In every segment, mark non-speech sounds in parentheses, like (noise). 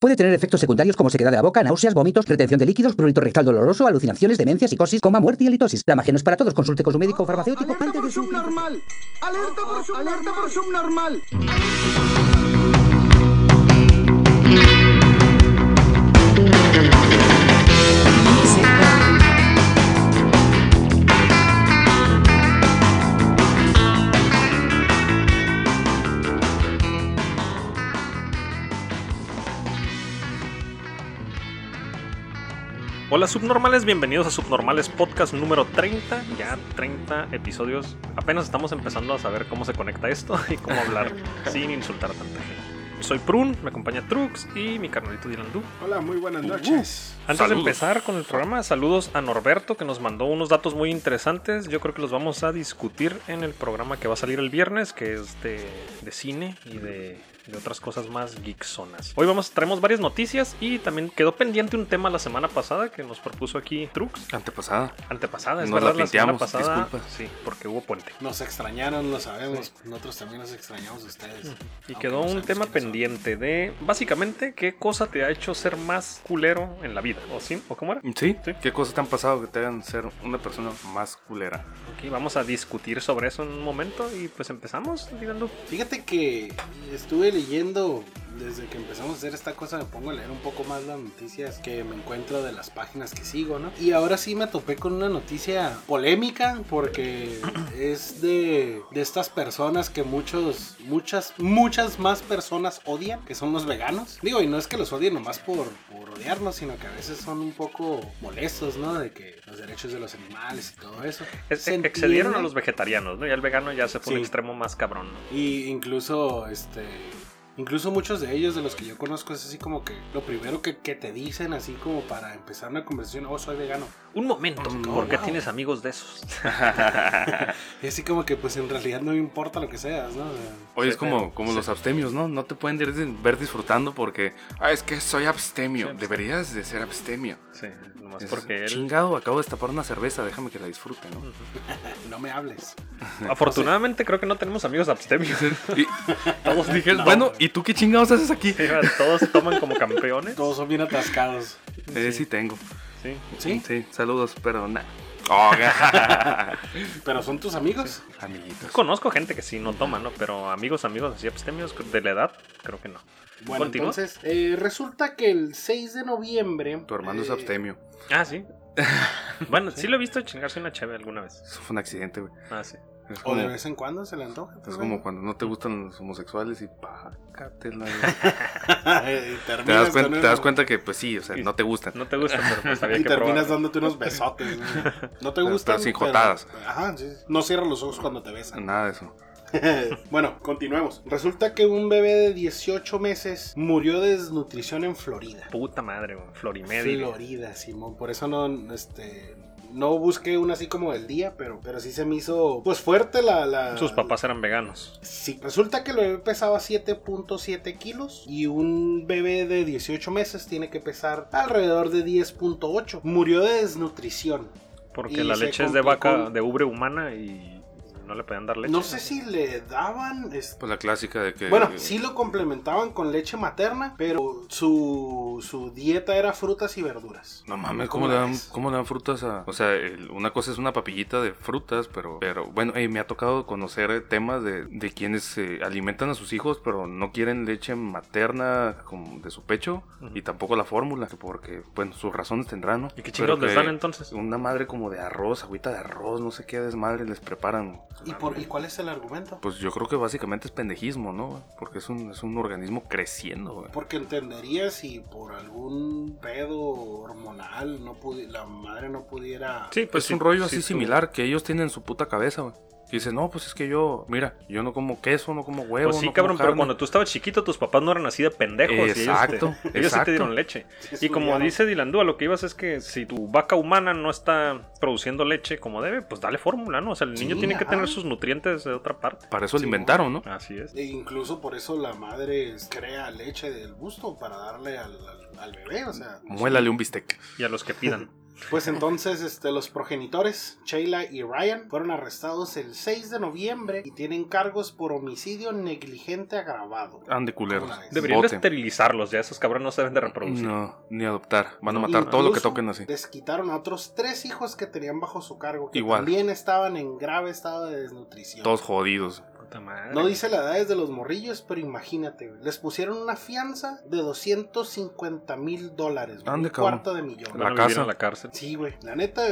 Puede tener efectos secundarios como sequedad de la boca, náuseas, vómitos, retención de líquidos, prurito rectal doloroso, alucinaciones, demencia, psicosis, coma, muerte y halitosis. La magia no es para todos. Consulte con su médico o farmacéutico ¡Alerta antes de por su... subnormal! ¡Alerta por subnormal! ¡Alerta por subnormal! Hola subnormales, bienvenidos a Subnormales Podcast número 30, ya 30 episodios. Apenas estamos empezando a saber cómo se conecta esto (laughs) y cómo hablar sin insultar a tanta gente. Soy Prun, me acompaña Trux y mi carnalito Dylan Du. Hola, muy buenas noches. Antes de empezar con el programa, saludos a Norberto que nos mandó unos datos muy interesantes. Yo creo que los vamos a discutir en el programa que va a salir el viernes, que es de, de cine y de, de otras cosas más geekzonas. Hoy vamos, traemos varias noticias y también quedó pendiente un tema la semana pasada que nos propuso aquí Trux. Antepasada. Antepasada, es Nos la verdad, la, semana planteamos, pasada. disculpa. Sí, porque hubo puente. Nos extrañaron, lo sabemos. Nosotros también nos extrañamos de ustedes. Y Aunque quedó no un sabemos tema quiénes son. pendiente de, básicamente, qué cosa te ha hecho ser más culero en la vida. ¿O sí? ¿O cómo era? ¿Sí? Sí. ¿Qué cosas te han pasado que te hagan ser una persona más culera? Ok, vamos a discutir sobre eso en un momento y pues empezamos, Dylan Du. Fíjate que estuve leyendo desde que empezamos a hacer esta cosa, me pongo a leer un poco más las noticias que me encuentro de las páginas que sigo, ¿no? Y ahora sí me topé con una noticia polémica (clears throat) porque es de, de estas personas que muchos, muchas, muchas más personas odian, que son los veganos. Digo, y no es que los odien nomás por, por odiarnos, sino que a veces son un poco molestos, ¿no? De que los derechos de los animales y todo eso. Es- Se excedieron a entiende- los vegetarianos, ¿no? Ya el vegano ya se fue un Sí. extremo más cabrón, ¿no? y incluso, este. Incluso muchos de ellos, de los que yo conozco, es así como que lo primero que, que te dicen, así como para empezar una conversación, oh, soy vegano. Un momento, No, porque wow. tienes amigos de (laughs) esos. Y así como que, pues en realidad no me importa lo que seas, ¿no? O sea, Oye, es se- como, como se- los abstemios, ¿no? No te pueden dir- ver disfrutando porque, ah, es que soy abstemio. Deberías de ser abstemio. Sí, nomás Es porque él. Chingado, acabo de destapar una cerveza, déjame que la disfrute, ¿no? No me hables. (laughs) Afortunadamente creo que no tenemos amigos abstemios. Y (laughs) todos dijeron, bueno, ¿y tú qué chingados haces aquí? Sí, ahora Todos toman como campeones. (laughs) Todos son (laughs) bien atascados. Eh, sí tengo. Sí. ¿Sí? Sí, saludos, pero nada. Oh, Pero son tus amigos. Amiguitos. Conozco gente que sí no toma, ¿no? Pero amigos, amigos así abstemios de la edad, creo que no. Bueno, ¿Continúa? entonces, eh, resulta que el 6 de noviembre. Tu hermano es eh, abstemio. Ah, (laughs) sí. Bueno, sí lo he visto chingarse una cheve alguna vez. Eso fue un accidente, güey. Ah, sí. Es O de como- vez en cuando se le antoja. Es pues, como bueno. cuando no te gustan los homosexuales y pácatela. güey. (laughs) Y terminas te, das con cuenta, una- te das cuenta que, pues sí, o sea, no te gustan. No te gusta, pero pues había (laughs) Y que terminas probarlo. dándote unos besotes. güey. No te Pero- gustan. pero sin jotadas. Ajá, sí. No cierran los ojos cuando te besan. Nada de eso. Mm. (laughs) bueno, continuemos. Resulta que un bebé de 18 meses murió de desnutrición en Florida. Puta madre, güey. Florimedia. Florida, Simón. Por eso no, este, no busqué una así como del día, pero, pero sí se me hizo pues fuerte la... la Sus papás eran veganos. Sí, resulta que el bebé pesaba 7.7 kilos y un bebé de 18 meses tiene que pesar alrededor de 10.8. Murió de desnutrición. Porque Y la se leche es de vaca, complicó. de ubre humana y no le podían dar leche. No sé si le daban. es- Pues la clásica de que. Bueno, sí lo complementaban con leche materna, pero su, su dieta era frutas y verduras. No mames, ¿cómo, le la dan, ves? ¿cómo le dan frutas a.? O sea, el- una cosa es una papillita de frutas, pero. Pero bueno, eh, me ha tocado conocer eh, temas de, de quienes eh, alimentan a sus hijos, pero no quieren leche materna como de su pecho Ujú. y tampoco la fórmula, porque, bueno, sus razones tendrán, ¿no? ¿Y qué Pero chingados les que dan entonces? Una madre como de arroz, agüita de arroz, no sé qué desmadre les preparan. ¿Y, por, ¿Y cuál es el argumento? Pues yo creo que básicamente es pendejismo, ¿no? Porque es un, es un organismo creciendo, güey. Porque entendería si por algún pedo hormonal no pudi- la madre no pudiera... Sí, pues es sí, un rollo sí, así tú- similar que ellos tienen en su puta cabeza, güey. Y dicen, no, pues es que yo, mira, yo no como queso, no como huevo. Pues sí, no como cabrón, pero carne". cuando tú estabas chiquito, tus papás no eran así de pendejos. y Exacto, ellos te- ellos sí te exacto. dieron leche. Sí, Y como estudiaron. dice Dilandú, a lo que ibas es que si tu vaca humana no está produciendo leche como debe, pues dale fórmula, ¿no? O sea, el niño Sí, tiene que ajá. tener sus nutrientes de otra parte. Para eso Sí. lo inventaron, ¿no? Así es. E incluso por eso la madre crea leche del busto para darle al, al- al bebé, o sea... Muélale un bistec. (laughs) Y a los que pidan. Pues entonces, este, los progenitores, Sheila y Ryan, fueron arrestados el 6 de noviembre y tienen cargos por homicidio negligente agravado. Ande culeros. Otra vez. Ah, Deberían de Voten. esterilizarlos, ya esos cabrones no se deben de reproducir. No, ni adoptar. Van a matar todo lo que Incluso toquen así. Desquitaron a otros tres hijos que tenían bajo su cargo, que Igual. también estaban en grave estado de desnutrición. Todos jodidos. Puta madre. No dice la edad de los morrillos, pero imagínate, güey. Les pusieron una fianza de 250 mil dólares, güey, Ande, un cabrón. cuarto de millón. Van a la vivir casa. en la cárcel. Sí, güey. La neta,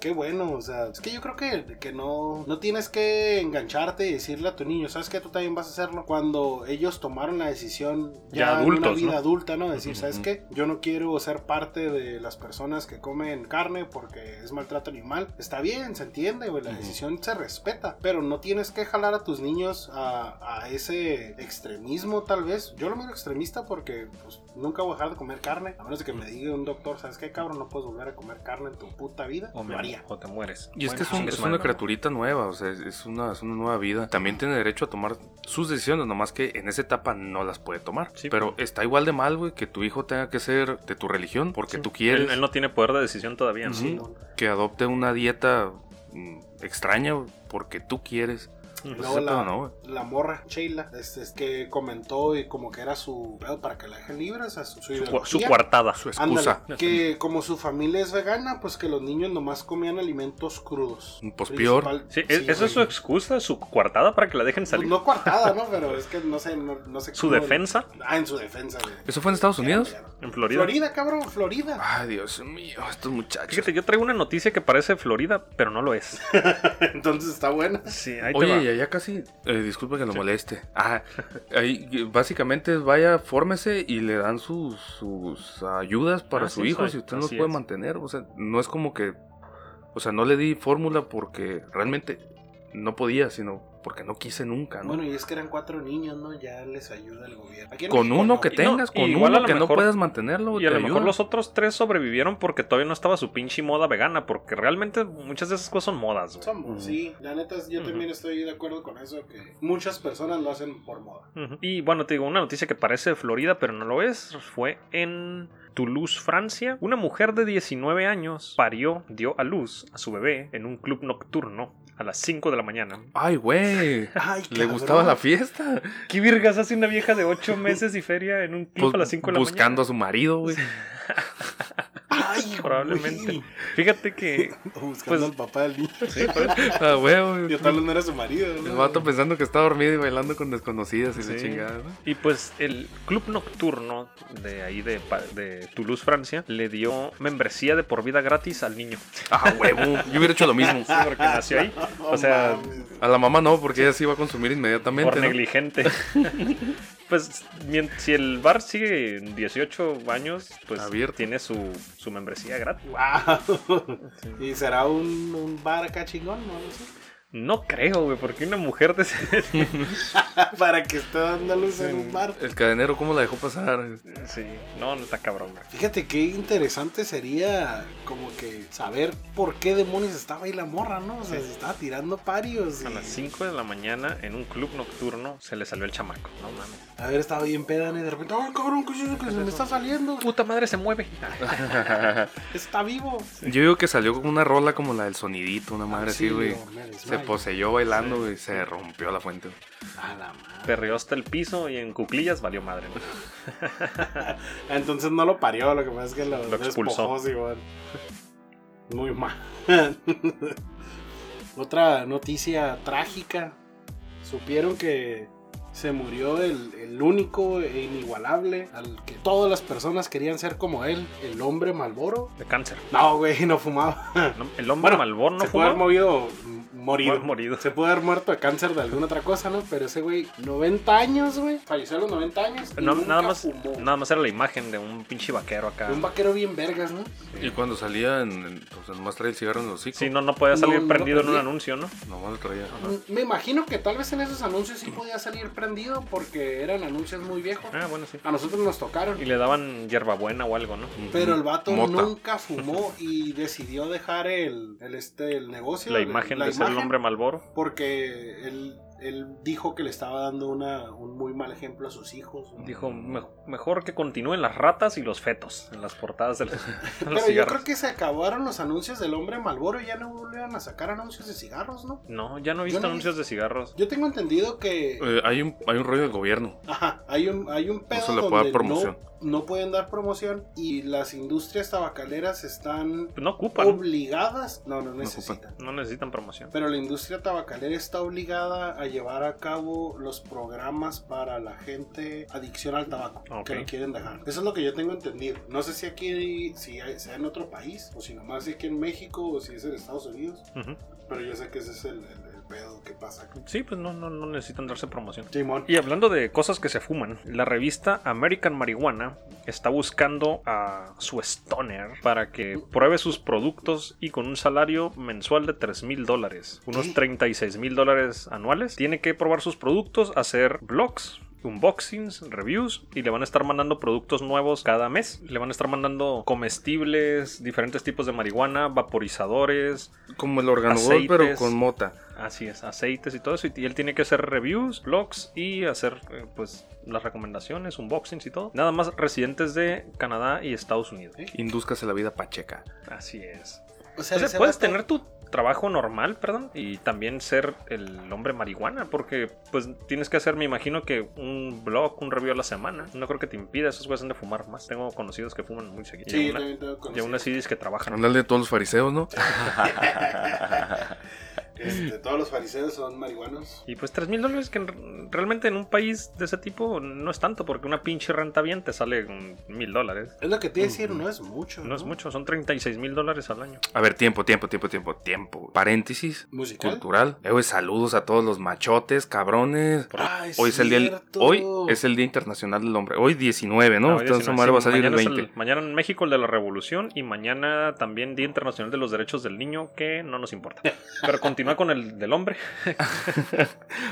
qué bueno. O sea, es que yo creo que, que no, no tienes que engancharte y decirle a tu niño, sabes que tú también vas a hacerlo. Cuando ellos tomaron la decisión Ya ya, en una adultos, vida ¿no? adulta, ¿no? Decir, Ujú, ¿sabes ujú. qué? Yo no quiero ser parte de las personas que comen carne porque es maltrato animal. Está bien, se entiende, güey. La Ujú. decisión se respeta. Pero no tienes que jalar a tus niños a, a ese extremismo, tal vez. Yo lo miro extremista porque pues, nunca voy a dejar de comer carne. A menos de que me diga un doctor, ¿sabes qué, cabrón? No puedes volver a comer carne en tu puta vida. O, me- lo pues, haría. o te mueres. Y es Bueno, que es, un- chingue es su una madre, criaturita nueva, o sea, es- es una, es una nueva vida. También tiene derecho a tomar sus decisiones, nomás que en esa etapa no las puede tomar. Sí, pues. Pero está igual de mal, güey, que tu hijo tenga que ser de tu religión porque Sí. tú quieres Él, él no tiene poder de decisión todavía, ¿no? Ujú. que adopte una dieta mm, extraña güey, porque tú quieres. Ujú. No. Luego ese la, pedo pues, no, güey. la morra, Sheila, este, es que comentó y como que era su pedo para que la dejen libre, o sea, su, su Su, cua- su ideología. coartada. Su excusa. Ándale, que como su familia es vegana, pues que los niños nomás comían alimentos crudos. Pues peor. Principal- Sí, es- esa es su güey. Pues excusa, su coartada para que la dejen salir. No coartada, ¿no? Pero es que no sé, no, no sé Su cómo- defensa Ah, en su defensa, güey. ¿Eso fue en Estados Unidos? Ya, ya. en Florida. Florida, cabrón, Florida. Ay, Dios mío, estos muchachos. Fíjate, yo traigo una noticia que parece Florida, pero no lo es. Ah. (laughs) Entonces está buena. (laughs) Sí, ahí te va. Oye, y allá casi. Eh, disculpa que lo moleste. Ah, ahí eh, básicamente es vaya, fórmese y le dan sus, sus ayudas para Ah, su sí, hijo soy- si usted los así puede es. mantener. O sea, no es como que. O sea, no le di fórmula porque realmente no podía, sino porque no quise nunca, Ah, ¿no? Bueno, y es que eran cuatro niños, ¿no? Ya les ayuda el gobierno. Aquí en con México, uno no. que no, tengas, y con igual a uno lo que no mejor- puedas mantenerlo, Y a te lo mejor ayudan. los otros tres sobrevivieron porque todavía no estaba su pinche moda vegana, porque realmente muchas de esas cosas son modas, güey. Son- Ujú. Sí, la neta, yo Ujú. también estoy de acuerdo con eso, que muchas personas lo hacen (laughs) por moda. Ujú. Y bueno, te digo, una noticia que parece de Florida, pero no lo es, fue en Toulouse, Francia. Una mujer de 19 años parió, dio a luz a su bebé en un club nocturno a las 5 de la mañana. Ay, (laughs) güey. Ay, Le gustaba la fiesta. ¿Qué virgas hace una vieja de 8 meses y feria en un club Pues, a las 5 de la buscando mañana? a su marido, güey. Ay, Probablemente. Fíjate (laughs) que... Buscando Pues- al papá del niño. sí, pues, Ah, güey. Yo tal vez no era su marido. ¿no? El vato pues, pensando que está dormido y bailando con desconocidas y la Sí. chingada, ¿no? Y pues el club nocturno de ahí de, Pa- de Toulouse, Francia, le dio membresía de por vida gratis al niño. Ah, huevo. Yo hubiera hecho lo mismo. Sí, porque nació (laughs) ahí. No O sea, mames. A la mamá no, porque ella sí iba a consumir inmediatamente. por ¿no? negligente. Pues mien- si el bar sigue en 18 años, pues Abierto. tiene su, su membresía gratis. Wow. (laughs) ¿Y será un, un bar acá chingón? No (laughs) lo sé. No creo, güey, porque una mujer de ese- Para que esté dando luz en un bar. El cadenero, ¿cómo la dejó pasar? (laughs) Sí, no, no está cabrón, güey. Fíjate qué interesante sería como que saber por qué demonios estaba ahí la morra, ¿no? O sea, se estaba tirando parios. A las 5 de la mañana, en un club nocturno, se le salió el chamaco. No mames. A ver, estaba bien pedana y de repente, ¡ay, cabrón! ¿Qué es eso que se me está saliendo? Puta madre se mueve. ¡Está vivo! Yo digo que salió con una rola como la del sonidito, una Ah, madre Sí, así, güey. no, me Se desmayo. poseyó bailando, güey. Se rompió la fuente. A la madre. Perrió hasta el piso y en cuclillas valió madre. ¿no? Entonces no lo parió, lo que pasa es que lo, Lo expulsó. despojó, sí, bueno. (laughs) Muy mal. (laughs) Otra noticia trágica. Supieron que se murió el, el único e inigualable al que todas las personas querían ser como él, el hombre Malboro. De cáncer. No, güey, no fumaba. No, El hombre Bueno, malbón no se pudo haber fumó. movido, m- morido. Pudo haber morido. Se pudo haber muerto de cáncer de alguna otra cosa, ¿no? Pero ese güey, 90 años, güey. Falleció a los 90 años. y No, nunca nada, más, fumó. nada más era la imagen de un pinche vaquero acá. Un vaquero bien vergas, ¿no? Y cuando salía, en- en- pues nomás traía el cigarro en los hocico. Sí, no, no podía salir No, no prendido en un podía. anuncio, ¿no? Nomás lo traía. Me imagino que tal vez en esos anuncios sí podía salir prendido porque eran anuncios muy viejos. Ah, bueno, sí. A nosotros nos tocaron. Y le daban hierbabuena o algo, ¿no? Pero el vato Mota. nunca fumó y decidió dejar el, el, este, el negocio. La imagen de ser el imagen, hombre malboro. Porque él él dijo que le estaba dando una, un muy mal ejemplo a sus hijos. ¿no? Dijo, "Me- mejor que continúen las ratas y los fetos en las portadas de (laughs) los, de los Pero yo cigarros. creo que se acabaron los anuncios del hombre Malboro y ya no volvieron a sacar anuncios de cigarros, ¿no? No, ya no he Yo visto no- anuncios de cigarros. Yo tengo entendido que Eh, hay, un, hay un rollo del gobierno. Ajá, hay un, hay un pedo se le puede donde dar promoción. No, no pueden dar promoción y las industrias tabacaleras están No ocupan, obligadas, no, no necesitan. no necesitan promoción. Pero la industria tabacalera está obligada a llevar a cabo los programas para la gente adicción al tabaco Ok. que lo quieren dejar. Eso es lo que yo tengo entendido. No sé si aquí, si hay- sea en otro país, o si nomás aquí en México, o si es en Estados Unidos, Ujú. pero yo sé que ese es el, el- el pedo que pasa. Sí, pues no, no, no necesitan darse promoción. Simón. Y hablando de cosas que se fuman, la revista American Marijuana está buscando a su stoner para que pruebe sus productos y con un salario mensual de 3 mil dólares, unos 36 mil dólares anuales, tiene que probar sus productos, hacer blogs. Unboxings, reviews y le van a estar mandando productos nuevos cada mes. Le van a estar mandando comestibles, diferentes tipos de marihuana, vaporizadores, Como el organogol, Aceites. pero con mota. Así es, aceites y todo eso. Y, y él tiene que hacer reviews, blogs y hacer eh, pues las recomendaciones, unboxings y todo. Nada más residentes de Canadá y Estados Unidos. ¿Eh? Indúzcase la vida pacheca. Así es. O sea, O sea, ese puedes vato- tener tu trabajo normal, perdón, y también ser el hombre marihuana, porque pues tienes que hacer, me imagino que un blog, un review a la semana. No creo que te impida, esos güeyes han de fumar más. Tengo conocidos que fuman muy seguido. Sí, y aún, también tengo y aún así dices que trabajan. Hablarle de todos los fariseos, ¿no? Este, todos los fariseos son marihuanos. Y pues 3 mil dólares que en- realmente en un país de ese tipo no es tanto, porque una pinche renta bien te sale mil dólares. Es lo que te iba a decir, no es mucho. No es mucho, son 36 mil dólares al año. A ver, tiempo, tiempo, tiempo, tiempo, tiempo. Paréntesis. Musical. Cultural. Eh, güey, saludos a todos los machotes, cabrones. Ah, es Hoy es, el día, cierto. hoy es el Día Internacional del Hombre. Hoy 19, ¿no? Ah, Entonces, sí, Omar va a salir el mañana es 20. mañana en México el de la Revolución y mañana también Día Internacional de los Derechos del Niño, que no nos (laughs) importa. Pero continúa con el del hombre.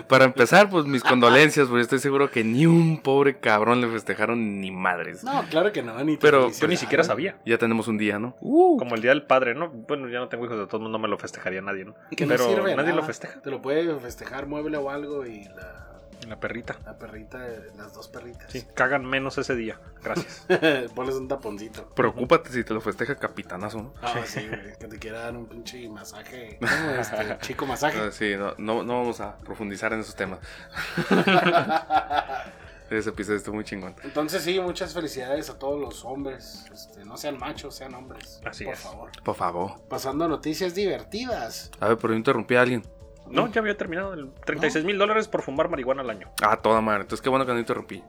Para empezar, pues mis condolencias, porque estoy seguro que ni un pobre cabrón le festejaron ni madres. No, claro que no, ni te Pero pues, felicito. Yo ni siquiera sabía. Uh. Ya tenemos un día, ¿no? Uh. Como el Día del Padre, ¿no? Bueno, ya no tengo hijos, de todo el mundo me lo festejaría nadie, ¿no? Que no Pero sirve de nadie nada. lo festeja. Te lo puede festejar mueble o algo y la, La perrita. la perrita, las dos perritas. Sí, cagan menos ese día. Gracias. (laughs) Pones un taponcito. Preocúpate si te lo festeja capitanazo, ¿no? Ah, sí, güey, que te quiera dar un (laughs) pinche masaje. ¿Cómo? Este, chico masaje. Ah, sí, no, no, no vamos a profundizar en esos temas. Ese episodio está muy chingón. (laughs) Entonces sí, muchas felicidades a todos los hombres. Este, no sean machos, sean hombres. Así por es. favor. Por favor. Pasando a noticias divertidas. A ver, pero yo interrumpí a alguien. No, ya había terminado. el 36 mil dólares por fumar marihuana al año. Ah, toda madre. Entonces qué bueno que no interrumpí.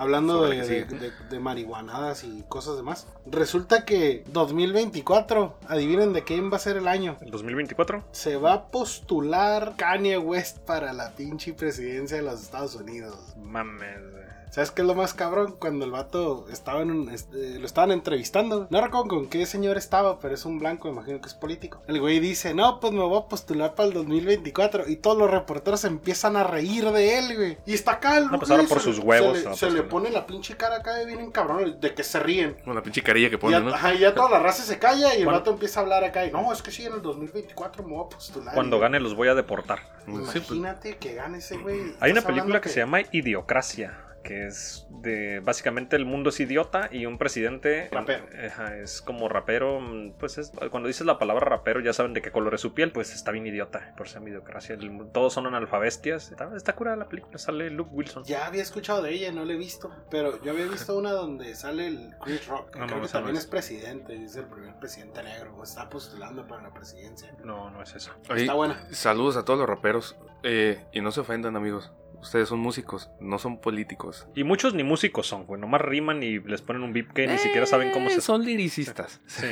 Hablando Uh, sobre de, la que de- de- de marihuanadas y cosas demás, resulta que 2024, adivinen de quién va a ser el año. El 2024. Se va a postular Kanye West para la pinche presidencia de los Estados Unidos. Mames. güey. ¿Sabes qué es lo más cabrón? Cuando el vato estaba en un- este, lo estaban entrevistando. No recuerdo con qué señor estaba, pero es un blanco, me imagino que es político. El güey dice, no, pues me voy a postular para el 2024. Y todos los reporteros empiezan a reír de él, güey. Y está calvo. No, pues ahora güey, por se sus le- huevos pues Se se va le, a se le postular. pone la pinche cara acá de bien cabrón, de que se ríen. Con la pinche carilla que Y ya, ponen, ¿no? ajá, y ya toda la raza se calla y el Bueno. vato empieza a hablar acá. Y, no, es que sí, en el 2024 me voy a postular. Cuando Y- gane los voy a deportar. Sí, pues, Imagínate que gane ese güey. Hay una Estás hablando película que se llama Idiocracia, que es de básicamente el mundo es idiota y un presidente em, Rapero. Ajá, es como rapero, mm, pues es cuando dices la palabra rapero ya saben de qué color es su piel, pues está bien idiota, por eso se llama Idiocracia. El mu- todos son analfabestias. Está, está curada la película, sale Luke Wilson. Ya había escuchado de ella, no la he visto. Pero yo había visto una donde sale el Chris Rock. Ah, que No, no, creo que esa no también es. es presidente. y Es el primer presidente negro. o Está postulando para la presidencia. No, no es eso. Ahí, Está buena. Saludos a todos los raperos. Eh, y no se ofendan, amigos. Ustedes son músicos, no son políticos. Y muchos ni músicos son, güey, nomás riman y les ponen un beep que ni siquiera saben cómo se Eh, Son liricistas. (laughs) Sí.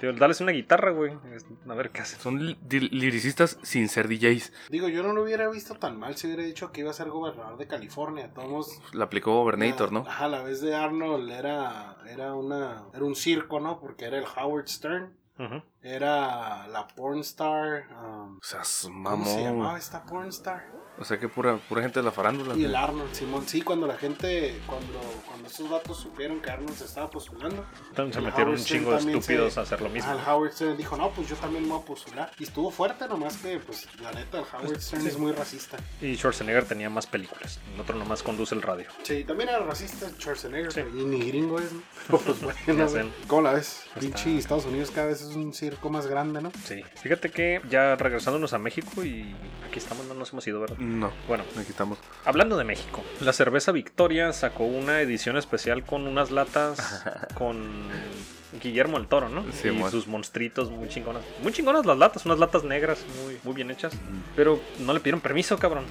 Tío, dales una guitarra, güey. es- A ver qué hacen. Son li- di- liricistas sin ser DJs. Digo, yo no lo hubiera visto tan mal si hubiera dicho que iba a ser gobernador de California. Todos. La aplicó Gobernator, ¿no? Ajá, la vez de Arnold era, era, una, era un circo, ¿no? Porque era el Howard Stern. Ujú. Era la pornstar. um, O sea, es ¿Cómo se llamaba mamón. esta pornstar? O sea, que pura, pura gente de la farándula. Y el Arnold, Simón. Sí, cuando la gente, cuando, cuando esos datos supieron que Arnold se estaba postulando. Entonces se metieron el un Howard Stern chingo de también se- estúpidos a hacer lo mismo. Al Howard Stern dijo, no, pues yo también me voy a postular. Y estuvo fuerte, nomás que, pues, la neta, el Howard Stern es muy racista. Y Schwarzenegger tenía más películas. El otro nomás conduce el radio. Sí, también era racista Schwarzenegger, Sí. y ni (laughs) gringo es, ¿no? Pero, pues, bueno, Ya no sé. sé. ¿Cómo la ves? Está- Pinche Estados Unidos cada vez es un circo más grande, ¿no? Sí. Fíjate que ya regresándonos a México y aquí estamos, no nos hemos ido, ¿verdad? No, Bueno, le quitamos. hablando de México, la cerveza Victoria sacó una edición especial con unas (laughs) latas con Guillermo el Toro, ¿no? Sí, y mon. sus monstritos muy chingonas. Muy chingonas las latas, unas latas negras muy, muy bien hechas. Mm. Pero no le pidieron permiso, cabrón.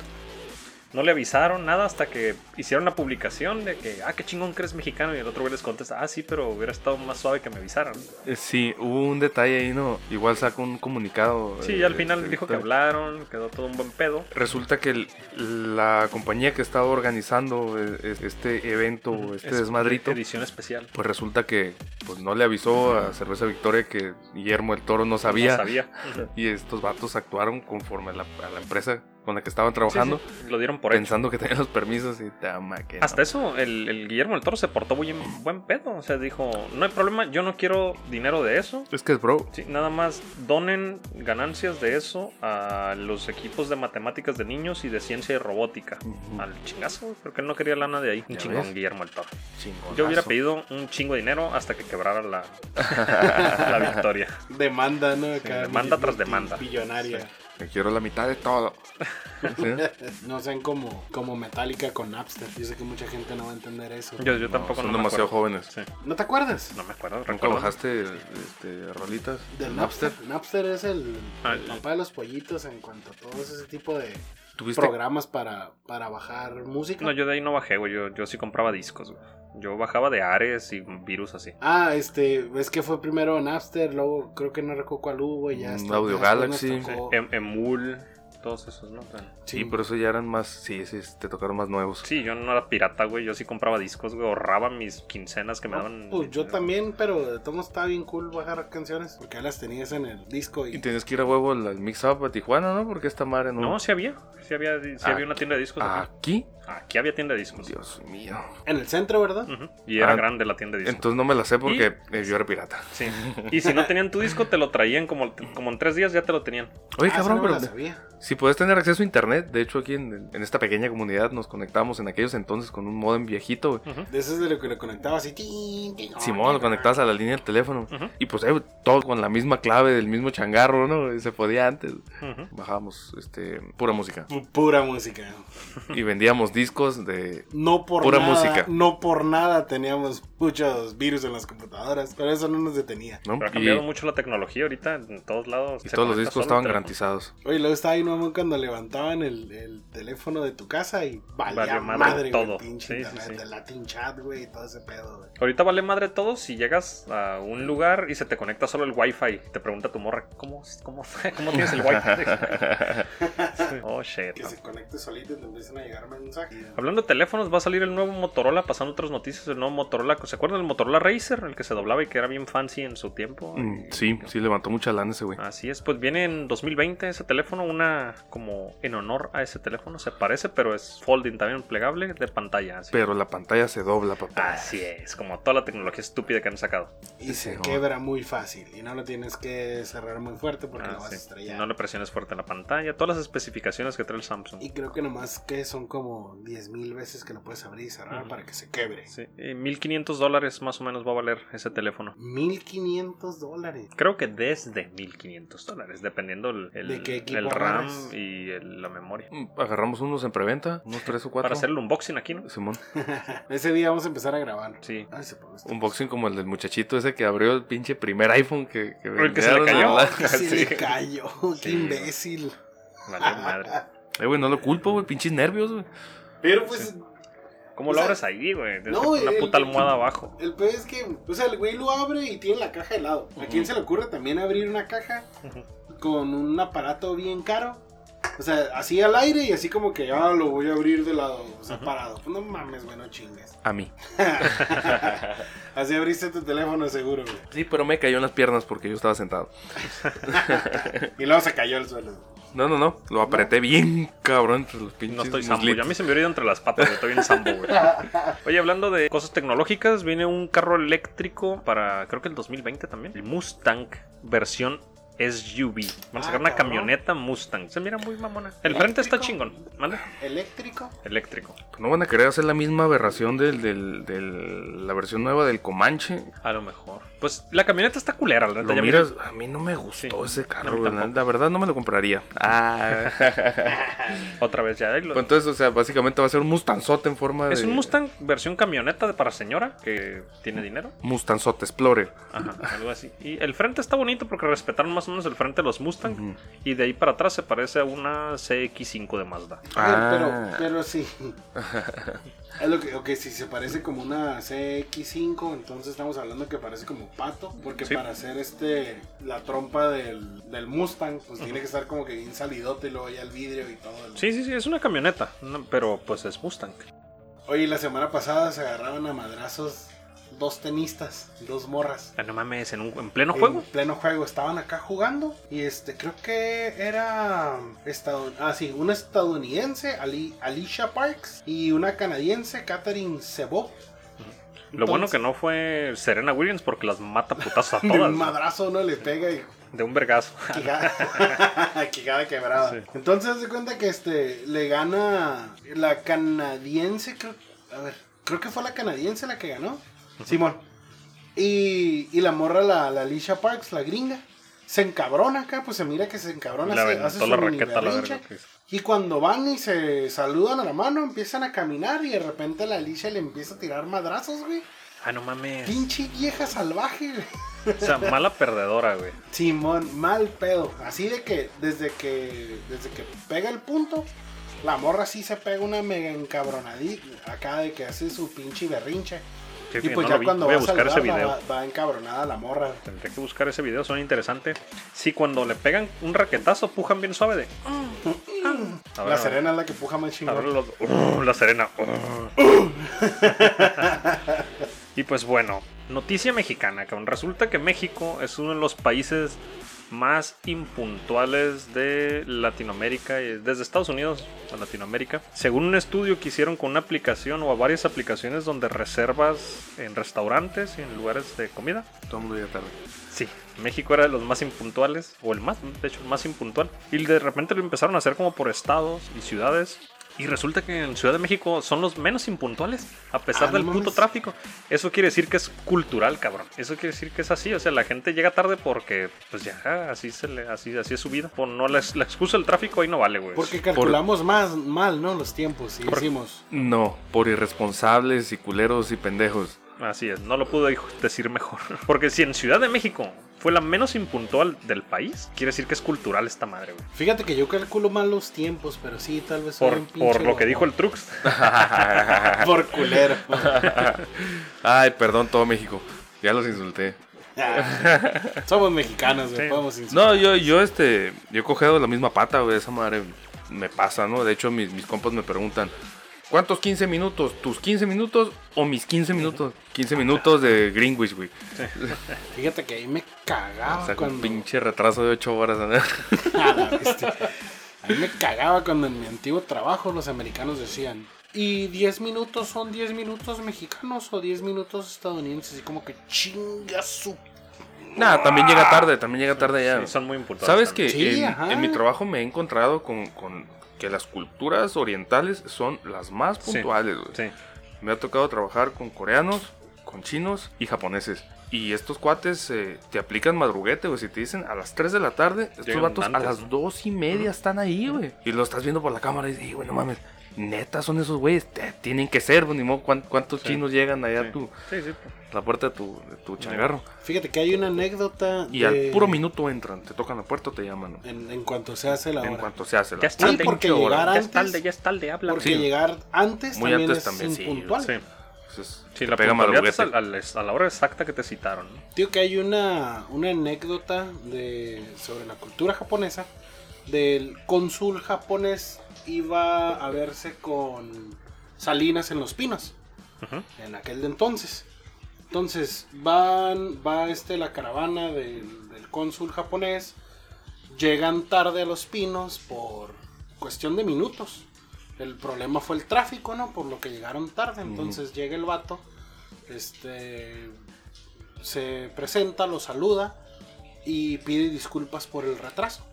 No le avisaron nada hasta que hicieron la publicación de que, ah, qué chingón que eres mexicano. Y el otro güey les contesta, ah, sí, pero hubiera estado más suave que me avisaran. Eh, Sí, hubo un detalle ahí, ¿no? Igual sacó un comunicado. Sí, eh, y al final este, dijo que tal. hablaron, quedó todo un buen pedo. Resulta que el- la compañía que estaba organizando eh, eh, este evento, este Es- desmadrito, Edición especial. pues resulta que pues no le avisó a Cerveza Victoria que Guillermo el Toro no sabía. No sabía. Ujú. Y estos vatos actuaron conforme a la, a la empresa con la que estaban trabajando, Sí, sí, Lo dieron por hecho. pensando que tenían los permisos y tama que no. Hasta eso, el, el Guillermo del Toro se portó muy en buen pedo. O sea, dijo, no hay problema, yo no quiero dinero de eso. Es que es bro. Sí, nada más donen ganancias de eso a los equipos de matemáticas de niños y de ciencia y robótica. Ujú. Al chingazo, porque él no quería lana de ahí. Un Ya chingón, ves. Guillermo del Toro. Chingonazo. Yo hubiera pedido un chingo de dinero hasta que quebrara (laughs) la, la victoria. Demanda, ¿no? Acá, demanda mil- tras multi- demanda. Billonaria. Me quiero la mitad (laughs) de todo. Sí. (laughs) No sean como, como Metallica con Napster. Yo sé que mucha gente no va a entender eso. Yo, yo tampoco son no me demasiado acuerdo. jóvenes. Sí, ¿No te acuerdas? no me acuerdo. ¿Nunca recuerdo. bajaste este, rolitas? Del Napster. Napster es el, Ah, el el- papá de los pollitos en cuanto a todo ese tipo de ¿Tuviste? programas para, para bajar música. No, yo de ahí no bajé, güey. Yo, yo sí compraba discos, güey. Yo bajaba de Ares y Virus así. Ah, este, es que fue primero Napster, luego creo que no recuerdo cuál hubo, y ya Mm, hasta- Audio ya después Galaxy. Eh, nos tocó- Em- Emul, todos esos, ¿no? Pero- Sí, pero eso ya eran más. Sí, sí, te tocaron más nuevos. Sí, yo no era pirata, güey. Yo sí compraba discos, güey. Ahorraba mis quincenas que me No, daban. pues yo también, pero de todos modos estaba bien cool bajar canciones porque ya las tenías en el disco y, Y tenías que ir a huevo al, al mix up a Tijuana, ¿no? Porque esta madre no. No, sí pues, había. Sí había, sí Ah, había una tienda de discos. Aquí. Aquí. aquí había tienda de discos. Dios mío. en el centro, ¿verdad? Ujú. Y era Ah, grande la tienda de discos. Entonces no me la sé porque eh, yo era pirata. Sí. Y si no tenían tu disco, te lo traían como, como en tres días ya te lo tenían. Oye, Ah, esa cabrón, no me pero la sabía. si puedes tener acceso a internet, de hecho aquí en, en esta pequeña comunidad nos conectábamos en aquellos entonces con un modem viejito. güey. Ujú. De eso es de lo que le conectabas así. tin, tin, Simón, lo conectabas a la línea del teléfono. Ujú. Y pues eh, todo con la misma clave del mismo changarro, ¿no? Y Se podía antes. Ujú. Bajábamos este, pura música. Pu- Pura música. Y vendíamos discos de... No por Pura nada, música. No por nada teníamos muchos virus en las computadoras, pero eso no nos detenía. ¿no? Pero ha Y, cambiado mucho la tecnología ahorita en todos lados. y Se todos los conecta discos solo estaban el teléfono. garantizados. Oye, luego estaba ahí mamón cuando levantaban el, el teléfono de tu casa y valía Valió madre madre, güey, todo. pinche Sí, sí, internet, sí. el Latin chat, güey, y todo ese pedo, güey. Ahorita vale madre todo si llegas a un lugar y se te conecta solo el wifi. Te pregunta tu morra, ¿cómo, cómo, cómo tienes el wifi? (laughs) Sí. oh, shit. Que no. se conecte solito y te empiezan a llegar mensajes. Hablando de teléfonos, va a salir el nuevo Motorola, pasando otras noticias, el nuevo Motorola, ¿se acuerdan del Motorola Racer? El que se doblaba y que era bien fancy en su tiempo. Mm, Sí, sí, levantó mucha lana ese güey. Así es, pues viene en 2020 ese teléfono, una como en honor a ese teléfono, se parece, pero es folding también, plegable, de pantalla. Así, Pero la pantalla se dobla, papá. Así es, como toda la tecnología estúpida que han sacado. Y se no. quebra muy fácil. Y no lo tienes que cerrar muy fuerte porque Ah, lo vas sí. a estrellar. No le presiones fuerte en la pantalla. Todas las especificaciones que trae el Samsung. Y creo que nomás que son como 10.000 veces que lo puedes abrir y cerrar Ujú. para que se quebre. Sí, y 1500 dólares más o menos va a valer ese teléfono. 1.500 dólares. Creo que desde 1500 dólares, dependiendo el, el- ¿De qué equipo el RAM agarras? y el- la memoria. Mm, Agarramos unos en preventa, unos tres o cuatro. Para hacer el unboxing aquí, ¿no? Simón. Ese día vamos a empezar a grabar. Sí. Ay, se apagó esto. Unboxing como el del muchachito ese que abrió el pinche primer iPhone que, que El que se le cayó. vendieron, ¿verdad? Ay, se Sí. le cayó. Sí. Qué imbécil. Vale, (laughs) madre. Eh, güey, no lo culpo, güey, pinches nervios, güey. Pero pues, ¿Cómo O lo sea, abres ahí, güey? Tienes no, que poner una el- puta almohada abajo. el peor es que, o sea, el güey lo abre y tiene la caja (laughs) de lado. ¿A quién se le ocurre también abrir una caja con un aparato bien caro? O sea, así al aire y así como que ah, lo voy a abrir de lado, o sea, parado. No mames, güey, no chingues. A mí. así abriste tu teléfono seguro, güey. Sí, pero me cayó en las piernas porque yo estaba sentado. Y luego se cayó al suelo. No, no, no. Lo apreté bien, cabrón, entre los pinches. No estoy sambo, muslitos. ya a mí se me hubiera ido entre las patas, güey, estoy bien sambo, (laughs) güey. Oye, hablando de cosas tecnológicas, viene un carro eléctrico para, creo que el 2020 también, el Mustang versión SUV. Van a sacar Ah, una cabrón. camioneta Mustang. Se mira muy mamona. El frente está chingón, ¿vale? Eléctrico. Eléctrico. No van a querer hacer la misma aberración del, del, del- la versión nueva del Comanche. A lo mejor. Pues la camioneta está culera, la neta, Lo ya miras, mira- a mí no me gustó Sí, ese a carro, mí güey, la, tampoco. la verdad no me lo compraría. Ah. Otra vez ya. ahí lo- (laughs) Pues entonces, o sea, básicamente va a ser un mustanzote en forma de. Es un Mustang versión camioneta de para señora que tiene dinero. Mustanzote Explorer. Ajá, (laughs) algo así. Y el frente está bonito porque respetaron más o menos el frente de los Mustang. Ujú. Y de ahí para atrás se parece a una CX5 de Mazda. Ah. Pero, pero sí. Es lo que, ok, si se parece como una CX5, entonces estamos hablando que parece como pato. Porque Sí. para hacer este la trompa del, del Mustang, pues tiene que estar como que bien salidote y luego ya el vidrio y todo. el- Sí, sí, sí, es una camioneta. no, pero pues es Mustang. Oye, la semana pasada se agarraban a madrazos dos tenistas, dos morras. Ah, No mames, en, un- en pleno En juego. pleno juego. Estaban acá jugando. Y este, creo que era. Estadoun ah, sí, una estadounidense, Ali Alicia Parks. Y una canadiense, Catherine Sebov. Lo bueno que no fue Serena Williams porque las mata putas (laughs) a todas. un ¿no? madrazo uno le pega y. De un (laughs) vergazo. Quijada, (laughs) quijada quebrada. Sí. Entonces se cuenta que este le gana la canadiense, creo, a ver, creo que fue la canadiense la que ganó. Simón. Y, y la morra, la, la Alicia Parks, la gringa, se encabrona acá, pues se mira que se encabrona, Le se- aventó hace su la mini raqueta a la berrinche. verga pues. que hizo. Y cuando van y se saludan a la mano, empiezan a caminar y de repente la Alicia le empieza a tirar madrazos, güey. Ah, no mames. Pinche vieja salvaje, güey. O sea, mala perdedora, güey. Simón, mal pedo. Así de que desde que desde que pega el punto, la morra sí se pega una mega encabronadita acá de que hace su pinche berrinche. Qué y bien, pues no ya lo vi. cuando Voy a va buscar ese saludar, video. va, va encabronada la morra. Tendré que buscar ese video, suena interesante. Sí, cuando le pegan un raquetazo, pujan bien suave de. A ver, a la ver. Serena es la que puja más chingón. Abre los- (laughs) ¡Uh! la serena. ¡Uh! y pues bueno, noticia mexicana, cabrón. Resulta que México es uno de los países más impuntuales de Latinoamérica, eh, desde Estados Unidos a Latinoamérica. Según un estudio que hicieron con una aplicación o a varias aplicaciones donde reservas en restaurantes y en lugares de comida, Todo el mundo llega tarde. Sí, México era de los más impuntuales, o el más, de hecho, el más impuntual. Y de repente lo empezaron a hacer como por estados y ciudades. Y resulta que en Ciudad de México son los menos impuntuales, a pesar Ah, del no puto mames. tráfico. Eso quiere decir que es cultural, cabrón. Eso quiere decir que es así. O sea, la gente llega tarde porque, pues ya, ah, así, se le, así, así es su vida. Por no la, la excusa del tráfico ahí no vale, güey. Porque calculamos más mal, ¿no? Los tiempos y Por- decimos, No, por irresponsables y culeros y (laughs) pendejos. Así es, no lo pude hijo- decir mejor. (laughs) Porque si en Ciudad de México fue la menos impuntual del país, quiere decir que es cultural esta madre, güey. fíjate que yo calculo mal los tiempos, pero sí, tal vez soy Por, un pinche por lo que dijo bobón. el Trux. (laughs) por (laughs) culero. (laughs) Ay, perdón, todo México. Ya los insulté. Somos mexicanos, güey, Sí. podemos insultar. No, yo, yo, este, yo he cogido la misma pata, güey, esa madre me pasa, ¿no? De hecho, mis, mis compas me preguntan, ¿cuántos 15 minutos? ¿Tus 15 minutos o mis 15 minutos? 15 minutos de Greenwich, güey. Fíjate que ahí me cagaba O sea, con Ah, cuando... un pinche retraso de 8 horas, ¿no? (laughs) A la bestia. este, A mí me cagaba cuando en mi antiguo trabajo los americanos decían, ¿y 10 minutos son 10 minutos mexicanos o 10 minutos estadounidenses? Y como que chinga su... Nah, también llega tarde, también llega tarde ya. Sí, son muy impuntuales. ¿Sabes que también. Sí, en, ajá. en mi trabajo me he encontrado con, con que las culturas orientales son las más Sí, puntuales, güey. Sí. Me ha tocado trabajar con coreanos, con chinos y japoneses. Y estos cuates eh, te aplican madruguete, güey. Si te dicen a las 3 de la tarde, estos Llegan vatos a antes, las ¿no? 2 y media están ahí, güey. Y lo estás viendo por la cámara y dices, "Ey, güey, no mames, neta son esos güeyes. Te- Tienen que ser, güey, ni modo, cuán- ¿cuántos Sí. chinos llegan allá a tu, Sí, sí. a la puerta de tu, de tu changarro? Fíjate que hay una anécdota... Y de- al puro minuto entran, te tocan la puerta, te llaman. ¿no? En, en cuanto se hace la En hora. cuanto se hace la Ya es Sí, tarde. porque pinche hora. llegar Ya es antes... tarde, ya es tarde, habla. Porque Sí. llegar antes Muy también antes es también, sí. impuntual. Sí. Entonces, Sí, te la pega puntualidad es madruguete. al- al- es a la hora exacta que te citaron. ¿no? Tío, que hay una, una anécdota de, sobre la cultura japonesa del cónsul japonés iba a verse con Salinas en Los Pinos, Ujú. en aquel de entonces. Entonces van, va este, la caravana del, del cónsul japonés, llegan tarde a Los Pinos por cuestión de minutos. El problema fue el tráfico, ¿no? Por lo que llegaron tarde. Entonces llega el vato, este, se presenta, lo saluda y pide disculpas por el retraso.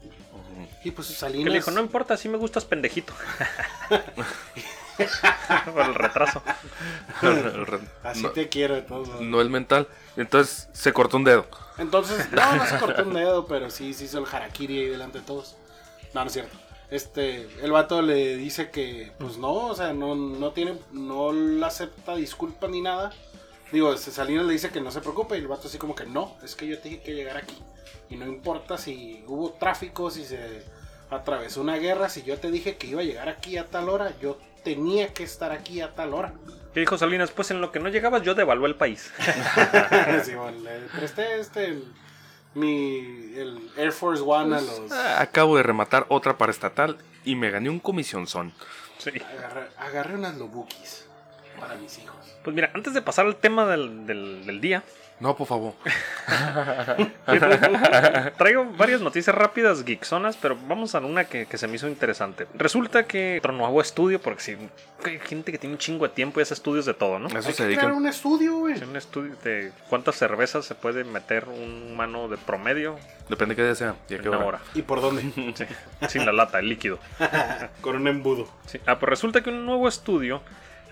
Y pues Que Salinas... le dijo, no importa, sí me gustas pendejito. (laughs) Por el retraso. Así no, te quiero de todos modos. no el mental. Entonces se cortó un dedo. Entonces, no, no se cortó un dedo, pero sí se hizo el harakiri ahí delante de todos. No, no es cierto. Este, el vato le dice que, pues no, o sea, no, no tiene, no le acepta disculpas ni nada. Digo, este, Salinas le dice que no se preocupe y el vato así como que no, es que yo tenía que llegar aquí. Y no importa si hubo tráfico, si se atravesó una guerra, si yo te dije que iba a llegar aquí a tal hora, yo tenía que estar aquí a tal hora. Que dijo Salinas, pues en lo que no llegabas yo devalué el (laughs) país. Simón, le presté este el- mi el Air Force One a los Ah, Acabo de rematar otra para estatal y me gané un comisionzón. Sí. agarré, agarré unas Lobukis para mis hijos. Pues mira, antes de pasar al tema del, del- del día, No, por favor. (laughs) traigo varias noticias rápidas, geekzonas, pero vamos a una que, que se me hizo interesante. Resulta que otro nuevo estudio, porque si hay gente que tiene un chingo de tiempo y hace estudios de todo, ¿no? Eso Hay se que crear dedican. un estudio, güey. Hay un estudio de cuántas cervezas se puede meter un humano de promedio Depende de qué día sea y a en qué una hora. (laughs) hora. ¿Y (laughs) por dónde? Sí, sin la lata, el líquido. Con un embudo. Sí. Ah, pues resulta que un nuevo estudio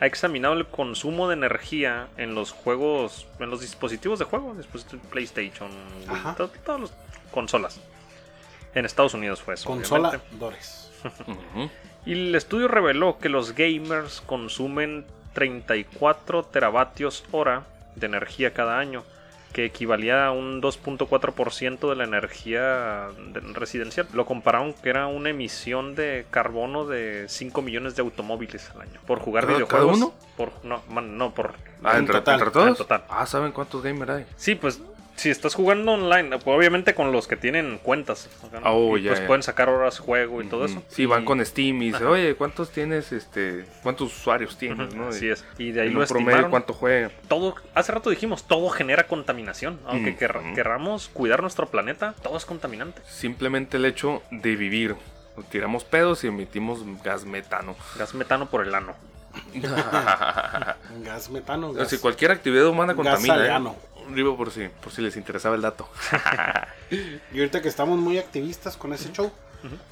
ha examinado el consumo de energía en los juegos, en los dispositivos de juego, dispositivos PlayStation, Wii, Ajá. to- todas las consolas. En Estados Unidos fue eso. Consola obviamente. Dores. Ujú. Y el estudio reveló que los gamers consumen 34 teravatios hora de energía cada año, que equivalía a un 2.4% de la energía de- residencial. Lo compararon que era una emisión de carbono de 5 millones de automóviles al año por jugar Ah, ¿Cada- cada videojuegos. uno? Por, no, man, no, por... Ah, En ¿entre, total. entre todos? En total. Ah, ¿saben cuántos gamers hay? Sí, pues si estás jugando online, obviamente con los que tienen cuentas, ¿no? Oh, Y, ya, pues ya. pueden sacar horas juego y todo eso. Ujú. Sí, van con Steam y dicen, oye, ¿cuántos tienes, este, cuántos usuarios tienes, Ujú, no? Así Y- es. Y de ahí en lo un promedio, estimaron. ¿cuánto juega? todo, hace rato dijimos, todo genera contaminación. Aunque Mm. quer- Mm. querramos cuidar nuestro planeta, todo es contaminante. Simplemente el hecho de vivir. Nos tiramos pedos y emitimos gas metano. Gas metano por el ano. Gas metano. Así, Gas. cualquier actividad humana gas contamina. ¿eh? saliano. Digo por si, por si les interesaba el dato. Y ahorita que estamos muy activistas con ese show.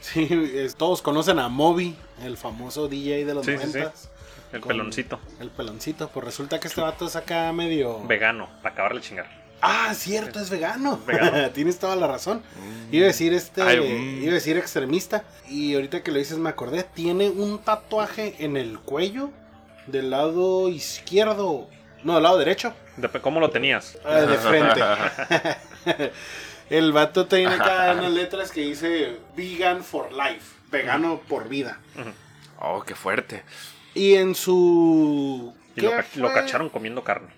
Sí, es- todos conocen a Moby, el famoso DJ de los Sí, sí, sí. noventas. El Con- peloncito. El peloncito. Pues resulta que este vato es acá medio. Vegano, para acabarle de chingar. Ah, cierto, es vegano. Vegano. (laughs) Tienes toda la razón. Iba a decir este, Ay, mm. iba a decir extremista y ahorita que lo dices me acordé, tiene un tatuaje en el cuello del lado izquierdo, no, del lado derecho, Dep- ¿Cómo lo tenías? ah, de (laughs) frente. el vato tiene acá unas letras que dice vegan for life, vegano por vida. Oh, qué fuerte. Y en su Y lo, ¿qué ca- lo fue? cacharon comiendo carne.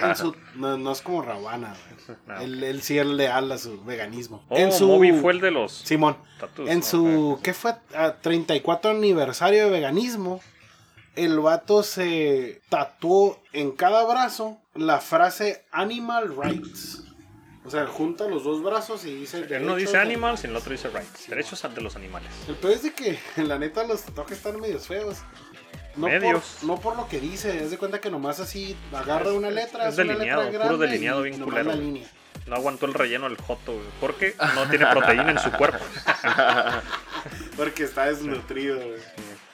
En su- no, no es como rabana. güey. No. Él, él sí es leal a su veganismo. Oh, en su Moby fue el de los Simón. Tatus, en ¿no? su, ¿qué fue? Ah, 34 aniversario de veganismo, el vato se tatuó en cada brazo la frase Animal Rights. O sea, junta los dos brazos y dice... Él no derechos dice de- animals, el otro dice rights. Derechos ante los animales. El peor es de que, (laughs) la neta, los tatuajes están medios feos. No Medios. Por, no por lo que dice, es de cuenta que nomás así agarra Es- una letra, es hace una delineado, letra puro grande delineado y bien nomás culero, la güey. línea. No aguantó el relleno el joto, güey, porque no (laughs) tiene proteína en su cuerpo. Porque está desnutrido, güey.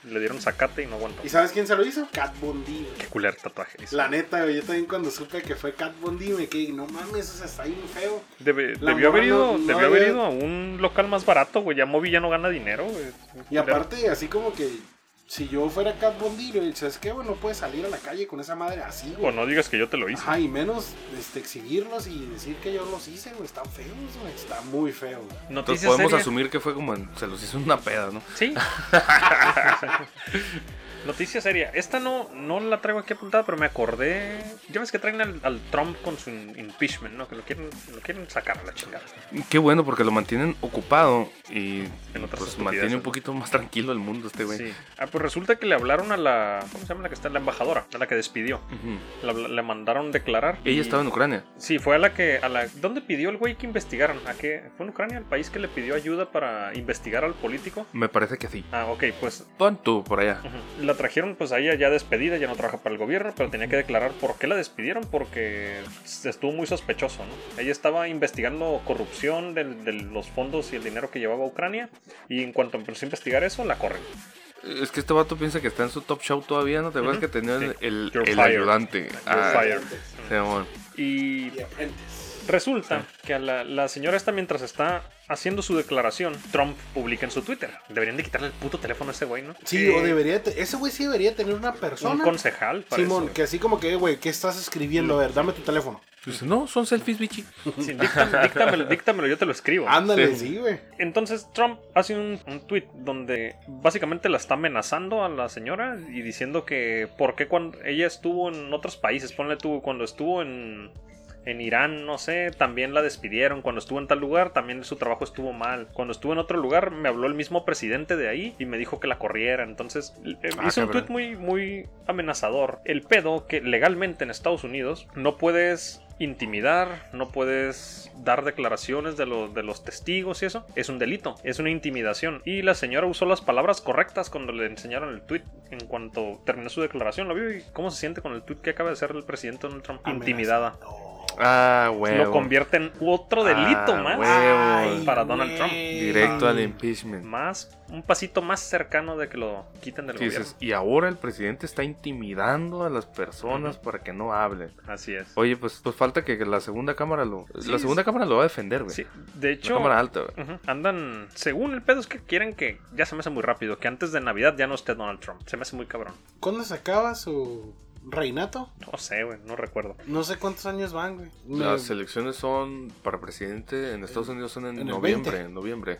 Le dieron zacate y no aguantó. ¿Y sabes quién se lo hizo? Cat Bondi, güey. Qué culero tatuaje. dice. La neta, güey, yo también cuando supe que fue Cat Bondi me quedé, no mames, o sea, está bien feo. Debe- La debió haber morra ido, no- no debió haber había- ido a un local más barato, güey. Ya Moby ya no gana dinero, güey. Y aparte, así como que si yo fuera Cat Bondi, le dices, ¿sabes qué, güey? No puedes salir a la calle con esa madre así, O güey. no digas que yo te lo hice. Ajá, y menos este, exhibirlos y decir que yo los hice, güey. Están feos, güey. Está muy feo, güey. Entonces Noticias podemos serias. (laughs) asumir que fue como en- se los hizo una peda, ¿no? Sí. Noticia seria. Esta no, no la traigo aquí apuntada, pero me acordé. Ya ves que traen al, al Trump con su in- impeachment, ¿no? Que lo quieren, lo quieren sacar a la chingada. Qué bueno, porque lo mantienen ocupado y En otras pues, estupideces, mantiene ¿no? un poquito más tranquilo el mundo este güey. Sí. Ah, pues resulta que le hablaron a la. ¿Cómo se llama la que está? La embajadora, a la que despidió. Ujú. La- le mandaron declarar. y- Ella estaba en Ucrania. Sí, fue a la que. A la, ¿Dónde pidió el güey que investigaran? ¿A qué? ¿Fue en Ucrania el país que le pidió ayuda para investigar al político? Me parece que sí. Ah, ok, pues Pon tú por allá. Ujú. La trajeron pues ahí ya despedida, ya no trabaja para el gobierno, pero tenía que declarar por qué la despidieron, porque estuvo muy sospechoso, ¿no? Ella estaba investigando corrupción del- de los fondos y el dinero que llevaba a Ucrania, y en cuanto empezó a investigar eso, la corren. Es que este vato piensa que está en su top show todavía, ¿no? ¿Te acuerdas que tenía el, Sí. el- You're el fired. ayudante? Ah, Fire. Simón. Y Y aprendes. resulta que a la, la señora esta, mientras está haciendo su declaración, Trump publica en su Twitter. Deberían de quitarle el puto teléfono a ese güey, ¿no? Sí, o debería. te- Ese güey sí debería tener una Un persona. concejal, parece. Simón, que así como que, güey, ¿qué estás escribiendo? A ver, dame tu teléfono. Dice, Pues, no, son selfies, bichi. Sí, díctam- díctamelo, díctamelo, yo te lo Ah, escribo. Ándale, Sí. sí, güey. Entonces Trump hace un, un tweet donde básicamente la está amenazando a la señora y diciendo que por qué cuando ella estuvo en otros países, ponle tú, cuando estuvo en, en Irán, no sé, también la despidieron, cuando estuvo en tal lugar también su trabajo estuvo mal, cuando estuvo en otro lugar me habló el mismo presidente de ahí y me dijo que la corriera, entonces eh, Ah, hizo un cabrón. tweet muy, muy amenazador. El pedo que legalmente en Estados Unidos no puedes intimidar, no puedes dar declaraciones de, lo- de los testigos y eso. Es un delito, es una intimidación. Y la señora usó las palabras correctas cuando le enseñaron el tweet. En cuanto terminó su declaración, lo vio y cómo se siente con el tweet que acaba de hacer el presidente Donald Trump. Intimidada. Ah, huevo. Lo convierte en otro delito Ah, más. huevo. para Donald Trump. Directo al al impeachment. Más, un pasito más cercano de que lo quiten del Sí, gobierno. dices, y ahora el presidente está intimidando a las personas para que no hablen. Así es. Oye, pues, pues falta que la segunda cámara lo. Sí, la segunda cámara lo va a defender, güey. Sí, de La hecho, cámara alta, güey. Ujú. Andan, según el pedo es que quieren que, ya se me hace muy rápido, que antes de Navidad ya no esté Donald Trump. Se me hace muy cabrón. ¿Cuándo se acaba su reinato? No sé, güey, no recuerdo. No sé cuántos años van, güey. Las Me- elecciones son para presidente en Estados Unidos son en, en el noviembre, 20. en noviembre.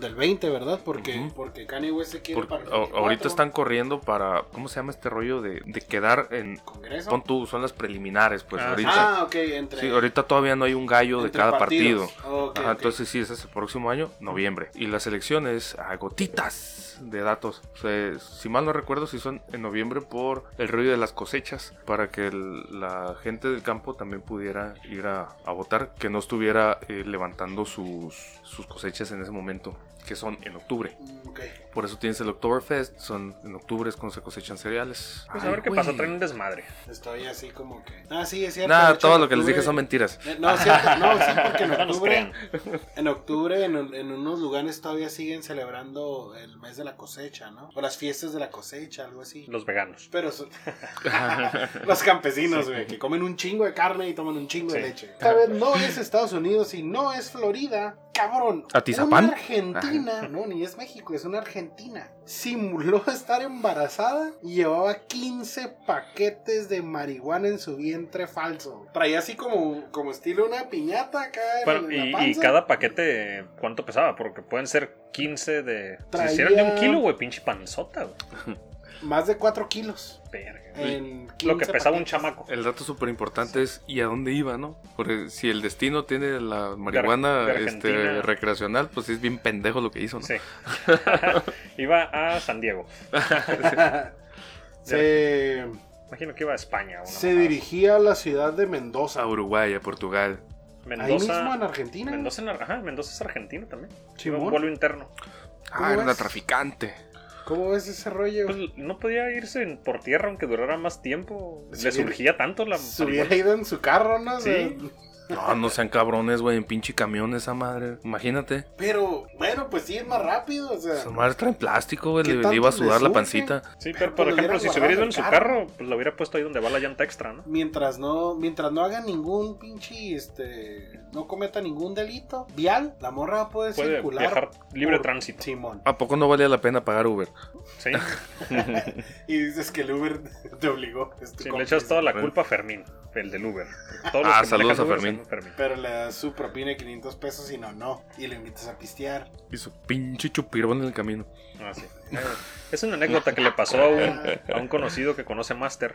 Del 20, ¿verdad? Porque, Ujú. porque Kanye West se quiere Por- para el a- 24, ahorita están corriendo para ¿cómo se llama este rollo de, de quedar en Congreso. pon tú, son las preliminares, pues Ah, ahorita. Ah, ok, entre. Sí, ahorita todavía no hay un gallo de entre cada partido. partidos. Ok, Ajá, ok. entonces sí, ese es el próximo año, noviembre. Y las elecciones a gotitas de datos. O sea, si mal no recuerdo, si son en noviembre por el rollo de las cosechas, para que el- la gente del campo también pudiera ir a, a votar, que no estuviera eh, levantando sus, sus cosechas en ese momento, que son en octubre. Mm, ok. Por eso tienes el Oktoberfest, son en octubre es cuando se cosechan cereales. Pues a Ay, ver qué güey. pasa, traen un desmadre. Estoy así como que. Ah, sí, es cierto. de Nada, hecho, todo en lo que les dije octubre- son mentiras. Eh, No, es cierto, no, sí, (laughs) (laughs) porque en No nos octubre, en, octubre en, un- en unos lugares todavía siguen celebrando el mes de la cosecha, ¿no? O las fiestas de la cosecha, algo así. Los veganos. (laughs) Pero son- los campesinos, güey, que comen un chingo de carne y toman un chingo de Sí. leche. Esta vez no es Estados Unidos y no es Florida. Cabrón. ¿Atizapán? Una argentina, no, ni es México, es una argentina. Simuló (laughs) estar embarazada y llevaba 15 paquetes de marihuana en su vientre falso. Traía así como, como estilo una piñata acá en Bueno, la y, y panza. cada paquete, ¿cuánto pesaba? Porque pueden ser 15 de... Traía- Si hicieran de un kilo, güey, pinche panzota, güey. Más de 4 kilos. Verga. En Lo que 15 pesaba un Eh, paquetes. chamaco. El dato súper importante es ¿y a dónde iba, no? Porque si el destino tiene la marihuana de Argentina. este, recreacional, pues sí es bien pendejo lo que hizo, ¿no? Sí. (laughs) iba a San Diego. (laughs) Se, Imagino que iba a España. una se mamada. dirigía a la ciudad de Mendoza. A Uruguay, a Portugal. Ahí mismo Mendoza. en Argentina. Mendoza, en Ar- ajá, Mendoza es Argentina también. Iba a un Simón. vuelo interno. ¿Cómo Ah, era una ves? traficante. ¿Cómo ves ese rollo? Pues no podía irse en- por tierra aunque durara más tiempo. Sí, Le surgía tanto (laughs) la Se marihuana. hubiera ido en su carro, ¿no? Sí. De- Ah, No, no sean cabrones, güey, en pinche camión esa madre. Imagínate. Pero, bueno, pues sí, es más rápido. O sea, Esa madre trae plástico, güey, ¿Qué le, le tanto iba a le sudar la surge? pancita. Sí, pero (laughs) Pues por lo hubiera ejemplo, si se guardado hubiera ido en en su el carro, pues lo hubiera puesto ahí donde va la llanta extra, ¿no? mientras no mientras no haga ningún pinche, este, no cometa ningún delito vial, la morra puede, Puede circular. viajar libre por tránsito. Simón. ¿A poco no valía la pena pagar Uber? Sí, (laughs) Y dices que el Uber (laughs) te obligó. es tu Sí, le cómplice. echas toda la culpa a Fermín, el del Uber. Todos los Ah, que manejan saludos a Uber Fermín. lo permite. Pero le das su propina de 500 pesos y no, no. Y lo invitas a pistear. Y su pinche chupirón en el camino. Ah, sí. Eh, Es una anécdota que le pasó a un, a un conocido que conoce (laughs) Master.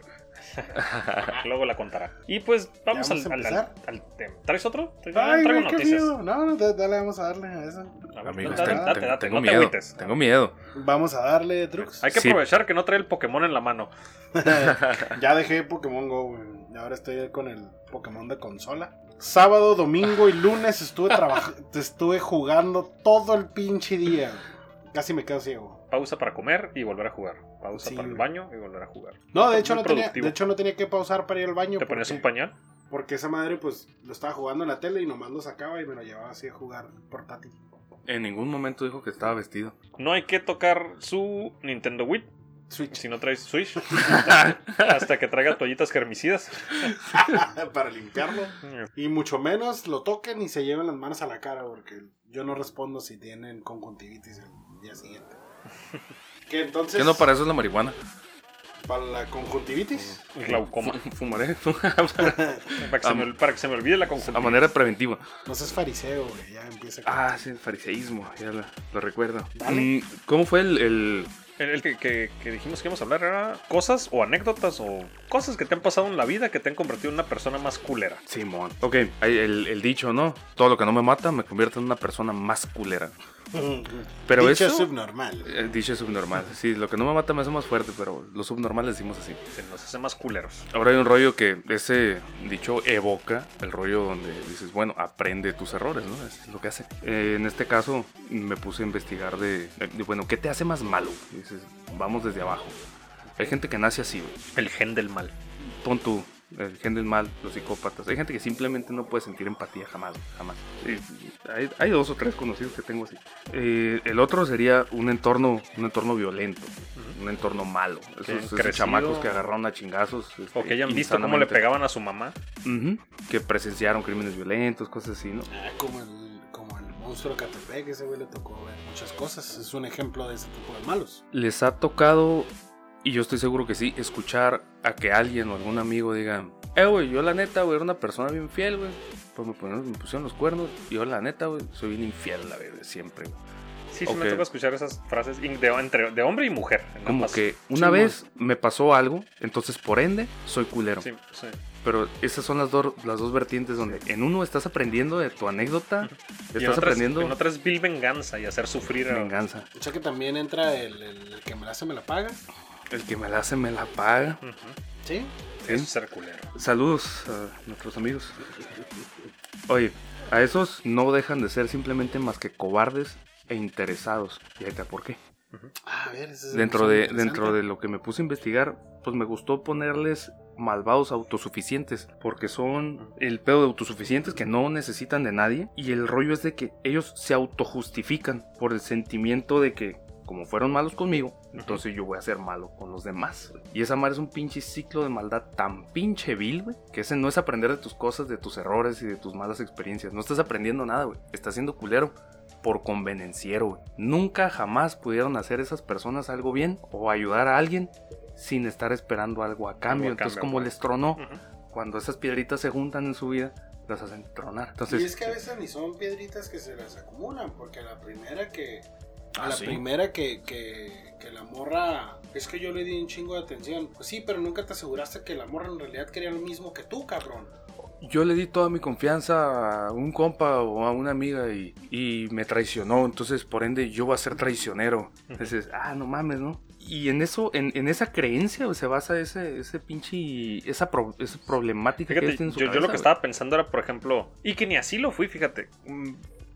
Luego la contará. Y pues vamos, ¿Ya vamos al, a al- empezar? al- al tema. ¿Traes otro? Tra- Ay, Traigo güey, qué noticias. miedo. No, no, da- dale, vamos a darle a eso. A ver, Amigos, date, ten- date, ten- date, tengo no te miedo. agüites. Tengo miedo. Vamos a darle, Drux. Hay que Sí. aprovechar que no trae el Pokémon en la mano. (laughs) ya dejé Pokémon Go, güey. Y Ahora estoy con el Pokémon de consola. Sábado, domingo y lunes estuve (laughs) trabajando, estuve jugando todo el pinche día. güey. Casi me quedo ciego. Pausa para comer y volver a jugar. Pausa Sí, para el güey. baño y volver a jugar. No, de Muy hecho no, tenía, productivo. de hecho no tenía que pausar para ir al baño. ¿Te ponías un porque- pañal? Porque esa madre, pues, lo estaba jugando en la tele y nomás lo sacaba y me lo llevaba así a jugar portátil. En ningún momento dijo que estaba vestido. No hay que tocar su Nintendo Wii Switch. si no traes Switch. (laughs) Hasta que traiga toallitas germicidas. (laughs) para limpiarlo. Y mucho menos lo toquen y se lleven las manos a la cara, porque yo no respondo si tienen conjuntivitis el día siguiente. Que entonces. Que no, para eso es la marihuana. (laughs) para la conjuntivitis. Glaucoma. Fu- Fumaré (laughs) Para que, se me, para que se me olvide la a conjuntiva. manera preventiva. No seas pues fariseo, güey. Ya empieza. con- Ah, sí, el fariseísmo, ya lo, lo recuerdo. Dale. Mm, ¿Cómo fue el, el- El, el que, que- que dijimos que íbamos a hablar era cosas o anécdotas o cosas que te han pasado en la vida que te han convertido en una persona más culera. Simón? Ok, hay el, el dicho, ¿no? Todo lo que no me mata me convierte en una persona más culera. Pero Dicho eso... subnormal. eh, dicho subnormal. Sí, lo que no me mata me hace más fuerte, pero los subnormales decimos así. Se nos hace más culeros. Ahora hay un rollo que ese dicho evoca, el rollo donde dices, bueno, aprende tus errores, ¿no? Eso es lo que hace. Eh, en este caso me puse a investigar de, de, bueno, ¿qué te hace más malo? Y dices, vamos desde abajo. Hay gente que nace así, güey. El gen del mal. pon tú, el gen del mal, los psicópatas. Hay gente que simplemente no puede sentir empatía jamás, jamás. Eh, hay, hay dos o tres conocidos que tengo así. Eh, el otro sería un entorno, un entorno violento, un entorno malo. Que han Esos, esos crecido. chamacos que agarraron a chingazos. este, O que hayan visto cómo le pegaban a su mamá. Que presenciaron crímenes violentos, cosas así, ¿no? Ah, como el, como el monstruo de Catepec, ese güey le tocó ver muchas cosas. Es un ejemplo de ese tipo de malos. les ha tocado, y yo estoy seguro que sí, escuchar a que alguien o algún amigo diga, eh, güey, yo la neta, güey, era una persona bien fiel, güey. Pues me pusieron, me pusieron los cuernos, y yo la neta, güey, soy bien infiel, la verdad, siempre, güey. Sí, sí, me Ok. toca escuchar esas frases in- de, entre, de hombre y mujer. en Como ambas. que una Simón. vez me pasó algo, entonces por ende soy culero. Sí, sí. Pero esas son las, dos las dos vertientes donde en uno estás aprendiendo de tu Y anécdota, en otras- estás aprendiendo En otras vil venganza y hacer sufrir a, venganza. O sea que también entra el, el que me la hace, me la paga. El que me la hace, me la paga. Ujú. Sí. ¿sí? Eso es ser culero. Saludos a nuestros amigos. Oye, a esos no dejan de ser simplemente más que cobardes e interesados. Y ahí está, ¿por qué? Ah, A ver, ese es el Dentro punto de, interesante. dentro de lo que me puse a investigar, pues me gustó ponerles malvados autosuficientes, porque son el pedo de autosuficientes que no necesitan de nadie. Y el rollo es de que ellos se autojustifican por el sentimiento de que, como fueron malos conmigo, entonces yo voy a ser malo con los demás. Y esa madre es un pinche ciclo de maldad tan pinche vil, güey, que ese no es aprender de tus cosas, de tus errores y de tus malas experiencias. No estás aprendiendo nada, güey. Estás siendo culero por convenenciero. güey. Nunca jamás pudieron hacer esas personas algo bien o ayudar a alguien sin estar esperando algo a cambio. a Entonces, cambio, como güey. les tronó, Ujú. cuando esas piedritas se juntan en su vida, las hacen tronar. Entonces, y es que a veces ni son piedritas que se las acumulan, porque a la primera que. A Ah, la sí. primera que, que, que la morra. Es que yo le di un chingo de atención. Pues sí, pero nunca te aseguraste que la morra en realidad quería lo mismo que tú, cabrón. yo le di toda mi confianza a un compa o a una amiga y, y me traicionó, entonces por ende yo voy a ser traicionero. Entonces, ah, no mames, ¿no? Y en eso, en, en esa creencia güey, se basa ese, ese pinche, esa, pro- esa problemática que Fíjate, ellos tienen en su yo, yo lo cabeza, que güey. estaba pensando era, por ejemplo, y que ni así lo fui, fíjate. Mm,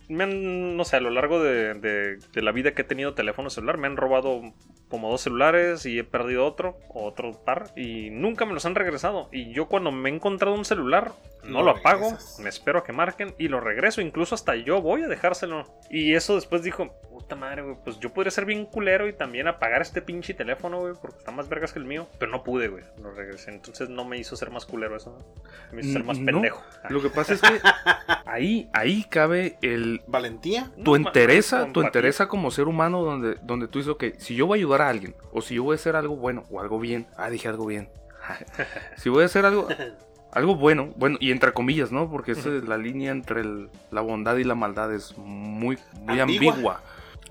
Me han, no sé, a lo largo de, de- de la vida que he tenido teléfono celular, me han robado como dos celulares y he perdido otro, o otro par, y nunca me los han regresado. Y yo cuando me he encontrado un celular, no lo, Lo apago, regresas. me espero a que marquen y lo regreso, incluso hasta yo voy a dejárselo. Y eso después dijo, puta madre, güey, pues yo podría ser bien culero y también apagar este pinche teléfono, güey, porque está más vergas que el mío, pero no pude, güey, lo regresé. Entonces no me hizo ser más culero eso, ¿no? me hizo ser más No, pendejo. Ah. Lo que (laughs) pasa es que ahí, ahí cabe el Valentía. tu No, entereza, con tu empatía. entereza como ser humano donde, donde tú dices, ok, si yo voy a ayudar a alguien, (laughs) o si yo voy a hacer algo bueno, o algo bien, ah, dije algo bien. si voy a hacer algo, Algo bueno, bueno, y entre comillas, ¿no? Porque esa es la línea entre el- la bondad y la maldad es muy, muy Ambigua. ambigua.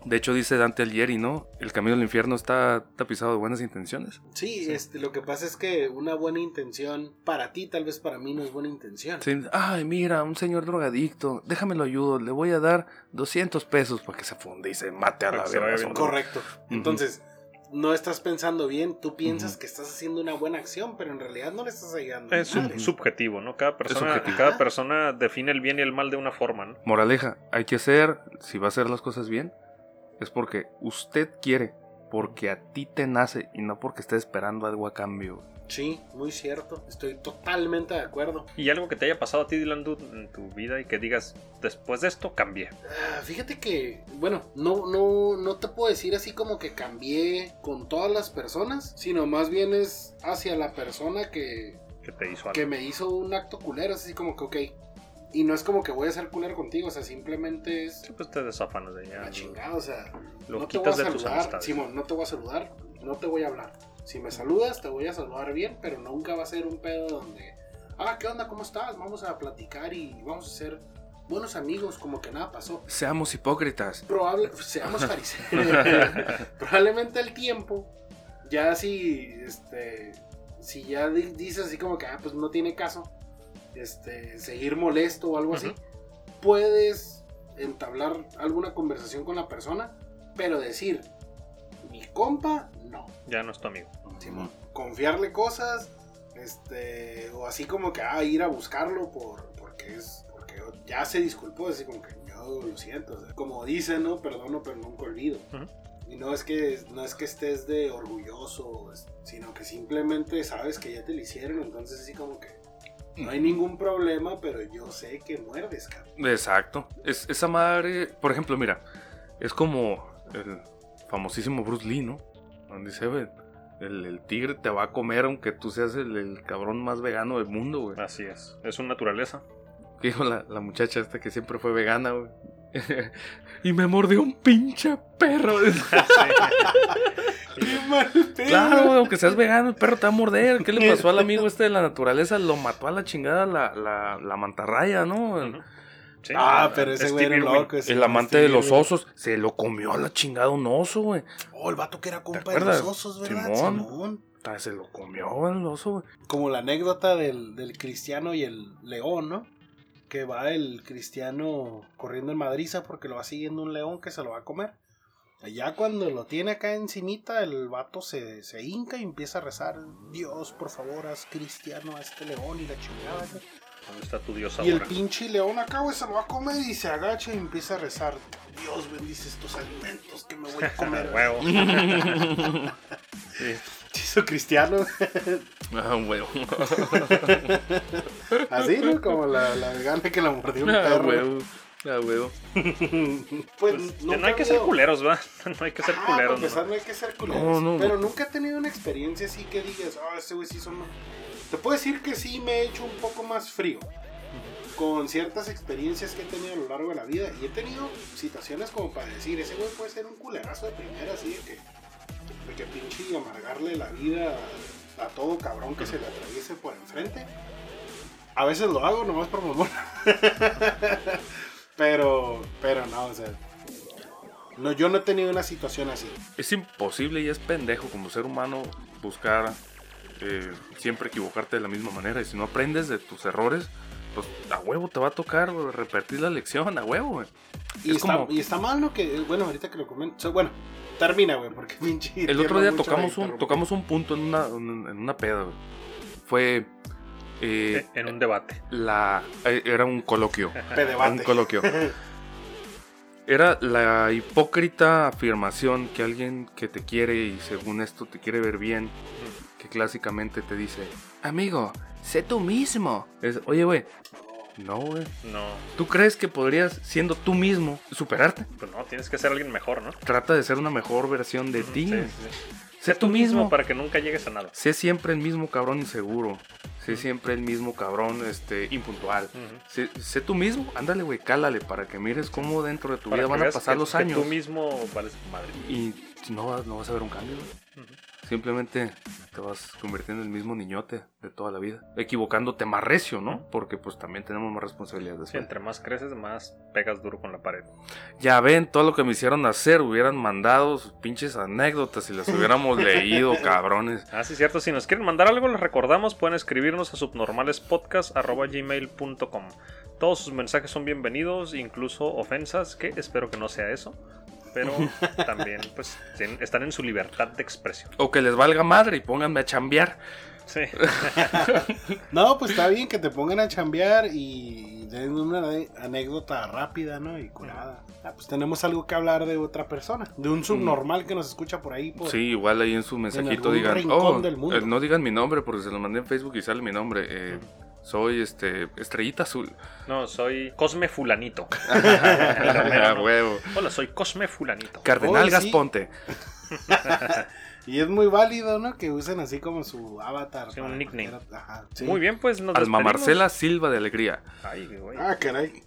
De hecho, dice Dante Alighieri, ¿no? El camino del infierno está tapizado de buenas intenciones. Sí, Este, lo que pasa es que una buena intención para ti, tal vez para mí no es buena intención. Sí, Ay, mira, un señor drogadicto, déjame lo ayudo, le voy a dar 200 pesos para que se funde y se mate a Para la que se verga. vaya bien. solo. Correcto. Entonces, no estás pensando bien, tú piensas que estás haciendo una buena acción, pero en realidad no le estás ayudando. Es sub- Madre. subjetivo, ¿no? Cada persona, subjetivo. cada persona define el bien y el mal de una forma, ¿no? Moraleja, hay que hacer, si va a hacer las cosas bien, es porque usted quiere, porque a ti te nace y no porque esté esperando algo a cambio. Sí, muy cierto. Estoy totalmente de acuerdo. Y algo que te haya pasado a ti, Dylan Dude, en tu vida y que digas, después de esto cambié. Ah, Fíjate que, bueno, no, no, no te puedo decir así como que cambié con todas las personas, sino más bien es hacia la persona que, Que te hizo algo. que me hizo un acto culero, es así como que, ok. Y no es como que voy a ser culero contigo, o sea, simplemente es Sí, pues te desafanas de allá. la chingada, o sea, Lo no te voy a quitas de tus saludar, amistades. Simón, no te voy a saludar, no te voy a hablar. Si me saludas, te voy a saludar bien, pero nunca va a ser un pedo donde, ah, ¿qué onda? ¿Cómo estás? Vamos a platicar y vamos a ser buenos amigos, como que nada pasó. Seamos hipócritas. Probable, pues, seamos fariseos. Probablemente el tiempo, ya si, este, si ya di- dices así como que, ah, pues no tiene caso, este, seguir molesto o algo así, puedes entablar alguna conversación con la persona, pero decir, mi compa, no. Ya no es tu amigo. Simón. Confiarle cosas, este, o así como que, ah, ir a buscarlo por, porque es, porque ya se disculpó, así como que, yo lo siento, o sea, como dicen, ¿no? Perdono, pero nunca olvido. Ujú. Y no es que, no es que estés de orgulloso, es- sino que simplemente sabes que ya te lo hicieron, entonces así como que, no hay ningún problema, pero yo sé que muerdes, cabrón. Exacto. Es, esa madre, por ejemplo, mira, es como el famosísimo Bruce Lee, ¿no? Donde dice, "Güey, el, el tigre te va a comer aunque tú seas el, el cabrón más vegano del mundo, Pues, güey. Así es. Es su (laughs) naturaleza. (laughs) (laughs) Que dijo la, la muchacha esta que siempre fue vegana, güey. (laughs) y me mordió un pinche perro. (laughs) (laughs) claro, güey, aunque seas vegano, el perro te va a morder. ¿Qué le pasó al amigo este de la naturaleza? Lo mató a la chingada la, la, la mantarraya, ¿no? Ujú. Sí. Ah, pero ese güey era Stevie Irwin. loco. ese El güey, amante Stevie de los Irwin. osos se lo comió a la chingada un oso, güey. Oh, el vato que era compa de acuerdas? los osos, ¿verdad? Simón. Simón. Ta, Ah, Se lo comió el oso, güey. como la anécdota del, del cristiano y el león, ¿no? Que va el cristiano corriendo en madriza porque lo va siguiendo un león que se lo va a comer. Y Ya cuando lo tiene acá encimita, el vato se, se hinca y empieza a rezar, Dios, por favor, haz cristiano a este león y la chingada. ¿no? ¿Dónde está tu dios Y el ahora? pinche león acá, güey, se lo va a comer y se agacha y empieza a rezar, Dios bendice estos alimentos que me (laughs) voy a comer. Ah, Huevo. (laughs) (laughs) Hizo cristiano, (laughs) Ah, huevo. así, ¿no? Como la, la vegana que la mordió un Ah, perro. huevo. Ah, huevo. Pues, Pues, nunca no hay ha que ser habido- culeros, ¿va? (laughs) No hay que ser Ah, para culeros. empezar, ¿no? no hay que ser culeros. No, no. Pero nunca he tenido una experiencia así que digas, ah, ese güey sí son. mal". Te puedo decir que sí me he hecho un poco más frío. Con ciertas experiencias que he tenido a lo largo de la vida. Y he tenido situaciones como para decir, ese güey puede ser un culerazo de primera, así de que, de que pinche y amargarle la vida a, a todo cabrón que se le atraviese por enfrente. A veces lo hago nomás por mamón. (laughs) pero, pero no, o sea. No, yo no he tenido una situación así. Es imposible y es pendejo como ser humano buscar eh, siempre equivocarte de la misma manera. Y si no aprendes de tus errores, pues a huevo te va a tocar güey, repetir la lección, a huevo, güey. Y, Es está, como- y está mal lo que. Bueno, ahorita que lo comento. o sea, bueno, termina, güey, porque (laughs) pinche. El tierno otro día mucho tocamos de un, tocamos un punto en una, un- en una peda, güey. Fue. eh, ah. En un debate. la. eh, Era un coloquio. interrumpir. Pedebate. Un coloquio. (laughs) Era la hipócrita afirmación que alguien que te quiere y según esto te quiere ver bien, que clásicamente te dice, amigo, sé tú mismo. Es, Oye, güey, no, güey. No, ¿Tú crees que podrías, siendo tú mismo, superarte? pues no, tienes que ser alguien mejor, ¿no? Trata de ser una mejor versión de ti. Sí, güey. sí, sí. Sé tú mismo. para que nunca llegues a nada. Sé siempre el mismo cabrón inseguro. Sé siempre el mismo cabrón este, impuntual. Ujú. Sé, sé tú mismo. Ándale, güey, cálale para que mires cómo dentro de tu Para vida que van a veas pasar que- los que años. tú mismo vales madre. Y no, vas- no vas a ver un cambio. güey. Ujú. O sea, Simplemente te vas convirtiendo en el mismo niñote de toda la vida. Equivocándote más recio, ¿no? Porque pues también tenemos más responsabilidades. Sí, después. entre más creces, más pegas duro con la pared. Ya ven, todo lo que me hicieron hacer, hubieran mandado sus pinches anécdotas y (laughs) las hubiéramos leído, cabrones. Ah, sí, cierto. Si nos quieren mandar algo, les recordamos, pueden escribirnos a subnormalespodcast.gmail.com. Todos sus mensajes son bienvenidos, incluso ofensas, que espero que no sea eso. (laughs) Pero también, pues, tienen- están en su libertad de expresión. O que les valga madre y pónganme a chambear. Sí. No, pues está bien que te pongan a chambear y den una ane- anécdota rápida, ¿no? Y curada. Ah, pues tenemos algo que hablar de otra persona, de un subnormal que nos escucha por ahí. Por... Mm. Sí, igual ahí en su mensajito algún digan, rincón oh, del mundo". eh, no digan mi nombre porque se lo mandé en Facebook y sale mi nombre. eh, soy este Estrellita Azul. No, soy Cosme Fulanito. La mera, (laughs) Ah, ¿no? huevo. Hola, soy Cosme Fulanito. Cardenal Oye, sí. Gasponte. Y es muy válido, ¿no? Que usen así como su avatar. Sí, un para nickname. cualquier- Ajá, sí. Muy bien, pues nos Alma despedimos. Marcela Silva de Alegría. Ay, güey. Ah, caray.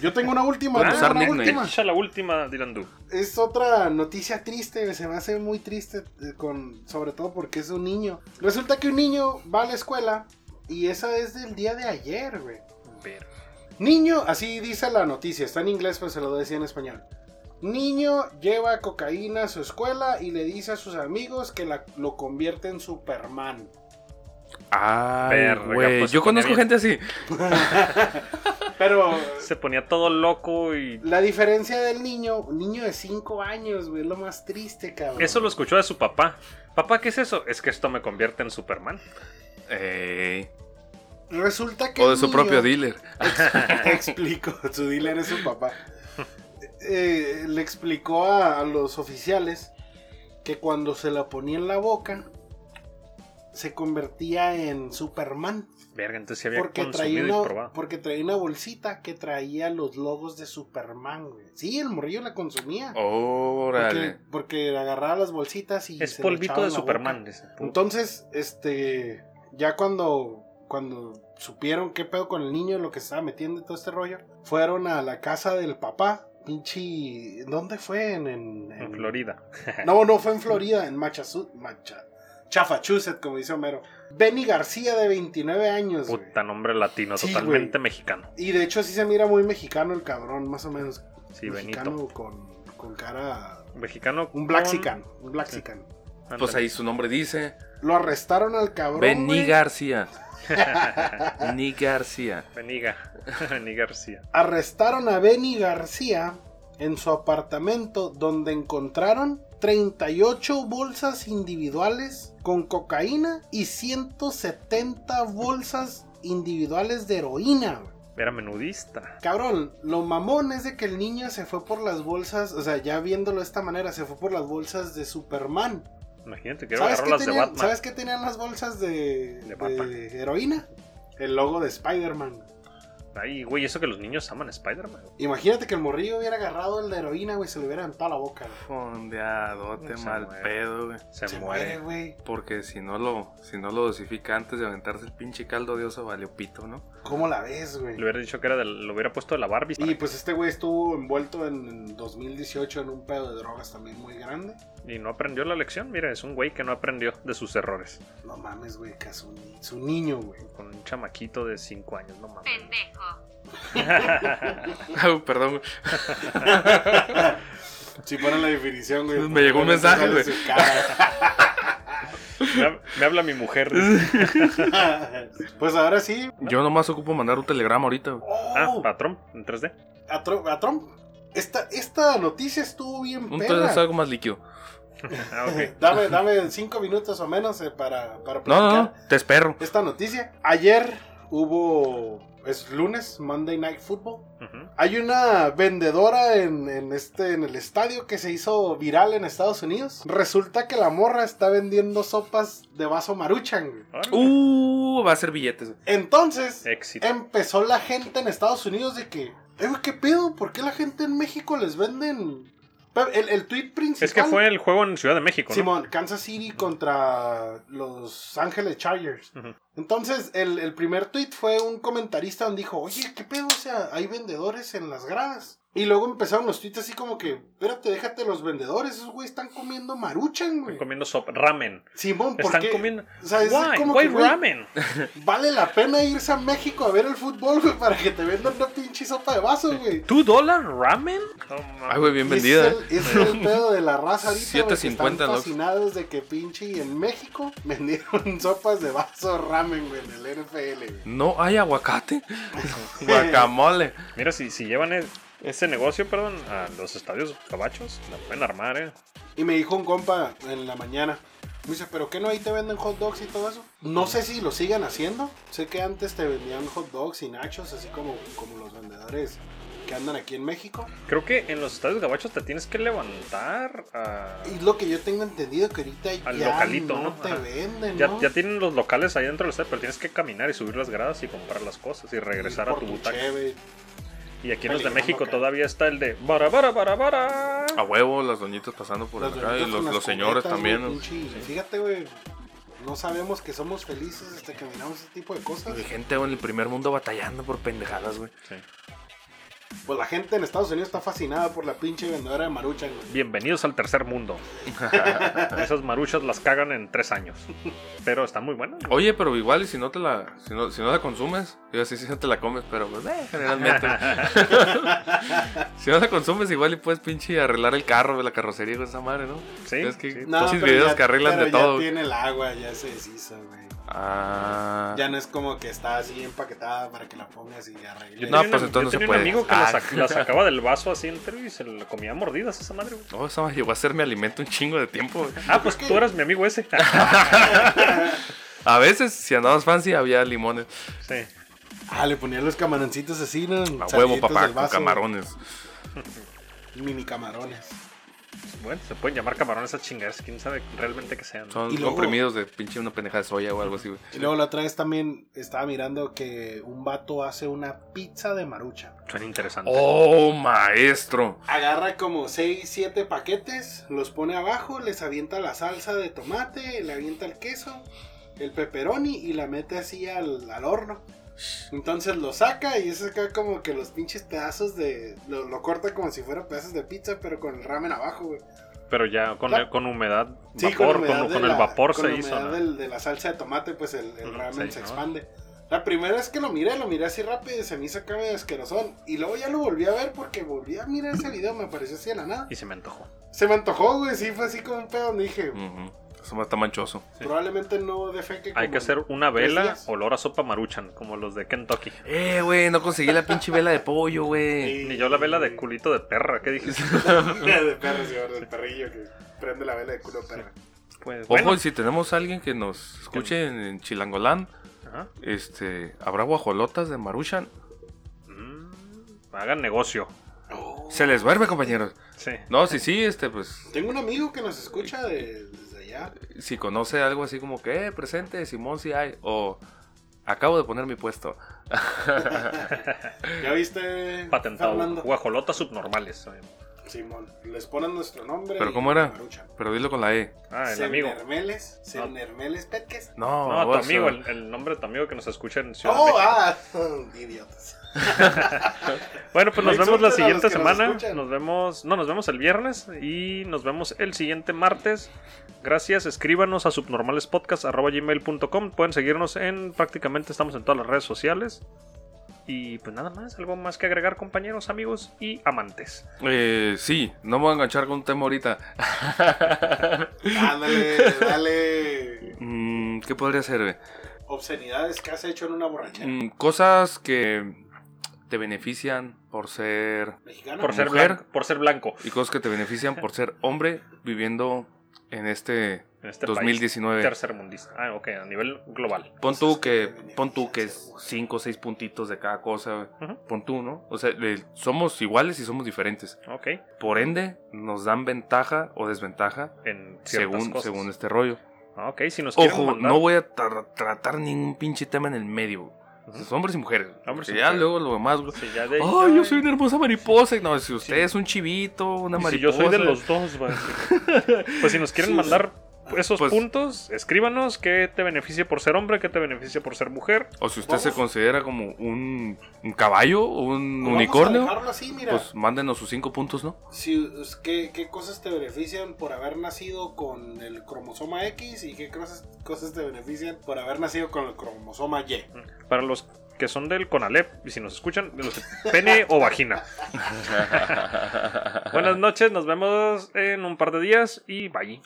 Yo tengo una última, Pueden tengo usar una nickname. última. Echa la última, Dylan Du. Es otra noticia triste, se me hace muy triste, eh, con, sobre todo porque es un niño. Resulta que un niño va a la escuela y esa es del día de ayer, güey. Ver. Niño, así dice la noticia, está en inglés, pero se lo decía en español. Niño lleva cocaína a su escuela y le dice a sus amigos que la- lo convierte en Superman. Ay, Verga, güey. pues, Yo ponía conozco bien. gente así. Pero Se ponía todo loco y... la diferencia del niño, un niño de 5 años, güey, es lo más triste, cabrón. Eso lo escuchó de su papá. Papá, ¿qué es eso? Es que esto me convierte en Superman. Ey. Resulta que Eh, o el de su niño- propio dealer. (laughs) (laughs) explico, su dealer es su papá. Eh, le explicó a, a los oficiales que cuando se la ponía en la boca se convertía en Superman Verga, entonces sí había porque traía, consumido y una, probado. porque traía una bolsita que traía los logos de Superman. Güey. Sí, el morrillo la consumía. Porque, Órale. porque agarraba las bolsitas y Es se lo echaba polvito en de la Superman. boca. dice. Entonces, este, ya cuando, cuando supieron qué pedo con el niño, lo que se estaba metiendo y todo este rollo, fueron a la casa del papá, pinche, ¿dónde fue? En, en, en Florida. No, no, fue en Florida, en Massachusetts, Chafachuset, como dice Homero. Benny García, de 29 años, güey. Puta nombre latino, Sí, totalmente mexicano. Y de hecho sí se mira muy mexicano el cabrón, más o menos. Sí, mexicano Benito. Con, con cara... Mexicano. Un con- blaxican, un blaxican. Ándale. Pues ahí su nombre dice. Lo arrestaron al cabrón, Benny güey. García. Ni García. Beniga. (laughs) Beni García. arrestaron a Benny García en su apartamento donde encontraron 38 bolsas individuales con cocaína y 170 bolsas individuales de heroína. güey. Era menudista. Cabrón, lo mamón es de que el niño se fue por las bolsas, o sea, ya viéndolo de esta manera, se fue por las bolsas de Superman. Imagínate, quiero ¿Sabes agarrar qué, las de tenían, Batman. sabes qué tenían las bolsas de, De Batman. de heroína? El logo de Spider-Man. Ay, güey, eso que los niños aman a Spider-Man. Imagínate que el morrillo hubiera agarrado el de heroína, güey, se lo hubiera aventado a la boca. güey. Fondeadote, Se mal muere. pedo, güey. Se, Se muere. muere, güey. Porque si no lo, si no lo dosifica antes de aventarse el pinche caldo de oso, valió pito, ¿no? (laughs) ¿Cómo la ves, güey? Le hubiera dicho que era del- lo hubiera puesto de la Barbie. Y pues este güey estuvo envuelto en, en 2018 en un pedo de drogas también muy grande. Y no aprendió la lección. Mira, es un güey que no aprendió de sus errores. No mames, güey, que a su, ni- su niño, (laughs) güey. Con un chamaquito de 5 años, no mames. Pendejo. Ah, Perdón, güey. Si ponen la definición, güey. Me llegó un mensaje, güey. Su cara. Me, hab- me habla mi mujer. Uh. dice. (laughs) pues ahora sí. Yo nomás ocupo mandar un telegrama ahorita, güey. Oh, Ah, patrón, en 3D. a, Trump, a Trump. Esta, esta noticia estuvo bien Un perra. telegrama es algo más líquido. Ah, ok. (laughs) Dame, dame cinco minutos o menos eh, para, para No, no, platicar. no, te espero. esta noticia. Ayer hubo. Es lunes, Monday Night Football. Ujú. Hay una vendedora en, en este, en el estadio que se hizo viral en Estados Unidos. Resulta que la morra está vendiendo sopas de vaso maruchan. güey. Órale. Uh, va a ser billetes. güey. Entonces, Éxito. empezó la gente en Estados Unidos de que, "Eh, güey, ¿qué pedo? ¿Por qué la gente en México les venden? Pero El, el tweet principal. Es que fue el juego en Ciudad de México, ¿no? Simón, Kansas City contra Los Ángeles Chargers. Ujú. Entonces, el, el primer tweet fue un comentarista donde dijo, oye, ¿qué pedo? O sea, hay vendedores en las gradas. Y luego empezaron los tweets así como que, espérate, déjate los vendedores, esos güey están comiendo maruchan, güey. Están comiendo sop ramen. Simón, ¿por Están qué? comiendo. O sea, es Why? como Why que, güey, ramen? vale la pena irse a México a ver el fútbol, güey, para que te vendan una pinche sopa de vaso, güey. ¿Two dollar ramen? No Ay, mames. güey, bien Y vendida. ese eh. Es el, ese es (laughs) el pedo de la raza ahorita, güey, 7.50 que están Lux. fascinados de que pinche y en México (laughs) vendieron sopas de vaso ramen, güey, en el NFL, güey. No hay (laughs) aguacate. Guacamole. Mira, si, si llevan e- ese negocio, perdón, a los estadios cabachos, la pueden armar, ¿eh? Y me dijo un compa en la mañana. Me dice, ¿pero qué no ahí te venden hot dogs y todo eso? No sé si lo sigan haciendo. Sé que antes te vendían hot dogs y nachos, así como, como los vendedores que andan aquí en México. Creo que en los estadios gabachos te tienes que levantar a... Y lo que yo tengo entendido que ahorita Al ya localito, no, ¿no? te Ajá. venden, Ya, ¿no? ya tienen los locales ahí dentro del estadio, pero tienes que caminar y subir las gradas y comprar las cosas y regresar Y a por tu butaca. cheve. Y aquí en los de Peligrando México acá. todavía está el de bara bara bara bara. A huevo, las doñitas pasando por Las acá. Y doñitas los, con las los señores cubetas, también. güey, pinche- Fíjate, güey. No sabemos que somos felices hasta que miramos ese tipo de cosas. Hay gente güey, en el primer mundo batallando por pendejadas, güey. Sí. Pues la gente en Estados Unidos está fascinada por la pinche vendedora de maruchan, güey. Bienvenidos al tercer (laughs) mundo. Esas maruchas las cagan en tres años. Pero están muy buenas. Oye, pero igual, y si no te la, si no, si no la consumes, digo, sí, sí, no te la comes, pero pues, eh, (laughs) generalmente. güey. si no la consumes, igual y puedes pinche arreglar el carro, güey, la carrocería con esa madre, ¿no? Sí, Es que sí. pinches videos que arreglan pero de ya todo. güey. tiene el agua, ya se deshizo, güey. Ah. Ya no es como que está así empaquetada para que la pongas y arregles. No, tenía pues un- entonces no se tenía puede. un amigo que Ah. la, sac- la sacaba del vaso así entero y se la comía a mordidas esa madre. güey. No, Oh, esa madre llegó a ser mi alimento un chingo de tiempo, güey. Ah, pues tú eras mi amigo (laughs) ese. A veces, si andabas fancy, había limones. sí. Ah, le ponían los camaroncitos así, ¿no? A huevo, Saliditos papá, del con vaso. camarones. Mini camarones. Bueno, se pueden llamar camarones a chingar, quién sabe realmente qué sean. Son Y luego- comprimidos de pinche una pendeja de soya o algo así, güey. Y luego la otra vez también estaba mirando que un vato hace una pizza de marucha. Son interesantes. ¡Oh, maestro! Agarra como 6, 7 paquetes, los pone abajo, les avienta la salsa de tomate, le avienta el queso, el pepperoni y la mete así al, al horno. Entonces lo saca y es acá como que los pinches pedazos de... Lo, lo corta como si fuera pedazos de pizza, pero con el ramen abajo, güey. Pero ya con, Claro. con humedad, vapor, Sí, con, humedad de con el la- vapor con se la hizo. humedad ¿no? del- de la salsa de tomate, pues el, el Ujú, ramen sí, se ¿no? expande. La primera vez que lo miré, lo miré así rápido y se me hizo acá medio asquerosón. Y luego ya lo volví a ver porque volví a mirar ese video, me apareció así de la nada. Y se me antojó. Se me antojó, güey, sí, fue así como un pedo donde dije, Ujú. Eso está manchoso. probablemente no defeque Mm, Hay como que hacer una tres vela días. olor a sopa maruchan, como los de Kentucky. Eh, güey, no conseguí la pinche vela de pollo, güey. Sí. Ni (laughs) yo la vela de culito de perra, ¿qué dijiste? (laughs) de perro, señor, del perrillo que prende la vela de culo de perro. Pues, Ojo, bueno. y si tenemos a alguien que nos escuche en, en Chilangolán, Ajá. este, ¿habrá guajolotas de Maruchan? Mm, hagan negocio. Oh. Se les vuelve, compañeros. Sí. No, si sí, este, pues, Tengo un amigo que nos escucha de- desde allá. si conoce algo así como que, eh, presente, Simón, si hay, o acabo de poner mi puesto. ¿Ya viste? Patentado. Fernando? Guajolotas subnormales. eh. Simón. Les ponen nuestro nombre. ¿Pero y cómo era? maruchan. Pero dilo con la E. Ah, el amigo. Ah. Cernermeles, Cernermeles Petques. No, No, tu baboso. amigo, el, el nombre de tu amigo que nos escucha en Ciudad de (laughs) Oh, México. ah, (laughs) idiotas. Bueno, pues No nos vemos la insulten a los siguiente que nos semana. Nos, escuchan. vemos. No, nos vemos el viernes y nos vemos el siguiente martes. Gracias, escríbanos a subnormalespodcast.gmail.com Pueden seguirnos en prácticamente estamos en todas las redes sociales. Y pues nada más, algo más que agregar, compañeros, amigos y amantes. Eh, sí, no me voy a enganchar con un tema ahorita. (laughs) Ándale, dale. Mm, ¿Qué podría ser, güey? Obscenidades que has hecho en una borrachera. Mm, cosas que te benefician por ser Mexicana. Por ser, ¿Mujer? blanco, por ser blanco. y cosas que te benefician por ser hombre viviendo en este En este país 2019. tercermundista. Ah, ok, a nivel global. Pon tú que Cosas que pon tú que benefician ser mujer. 5 o 6 puntitos de cada cosa, Ujú. pon tú, ¿no? O sea, de- somos iguales y somos diferentes. Ok, Por ende, nos dan ventaja o desventaja en ciertas según cosas. según este rollo. Ah, Ok, si nos quieren Ojo, mandar- no voy a tra- tratar ningún pinche tema en el medio. güey. Ujú. Los hombres y mujeres. Hombres y Que ya mujeres. luego lo demás. güey. Si ya de- Ay, yo soy una hermosa mariposa. Y No, si usted Sí. es un chivito, una Y si mariposa. (laughs) yo soy de los dos, va a decir. pues si nos quieren mandar esos Pues- puntos, escríbanos qué te beneficia por ser hombre, qué te beneficia por ser mujer. O si usted Vamos. se considera como un, un caballo, un Vamos a unicornio, dejarlo así, mira. pues mándenos sus cinco puntos, ¿no? Si, us- ¿qué, ¿Qué cosas te benefician por haber nacido con el cromosoma X y qué cosas, cosas te benefician por haber nacido con el cromosoma Y? Para los que son del CONALEP, y si nos escuchan, de los de (laughs) pene o vagina. Buenas noches, nos vemos en un par de días y bye.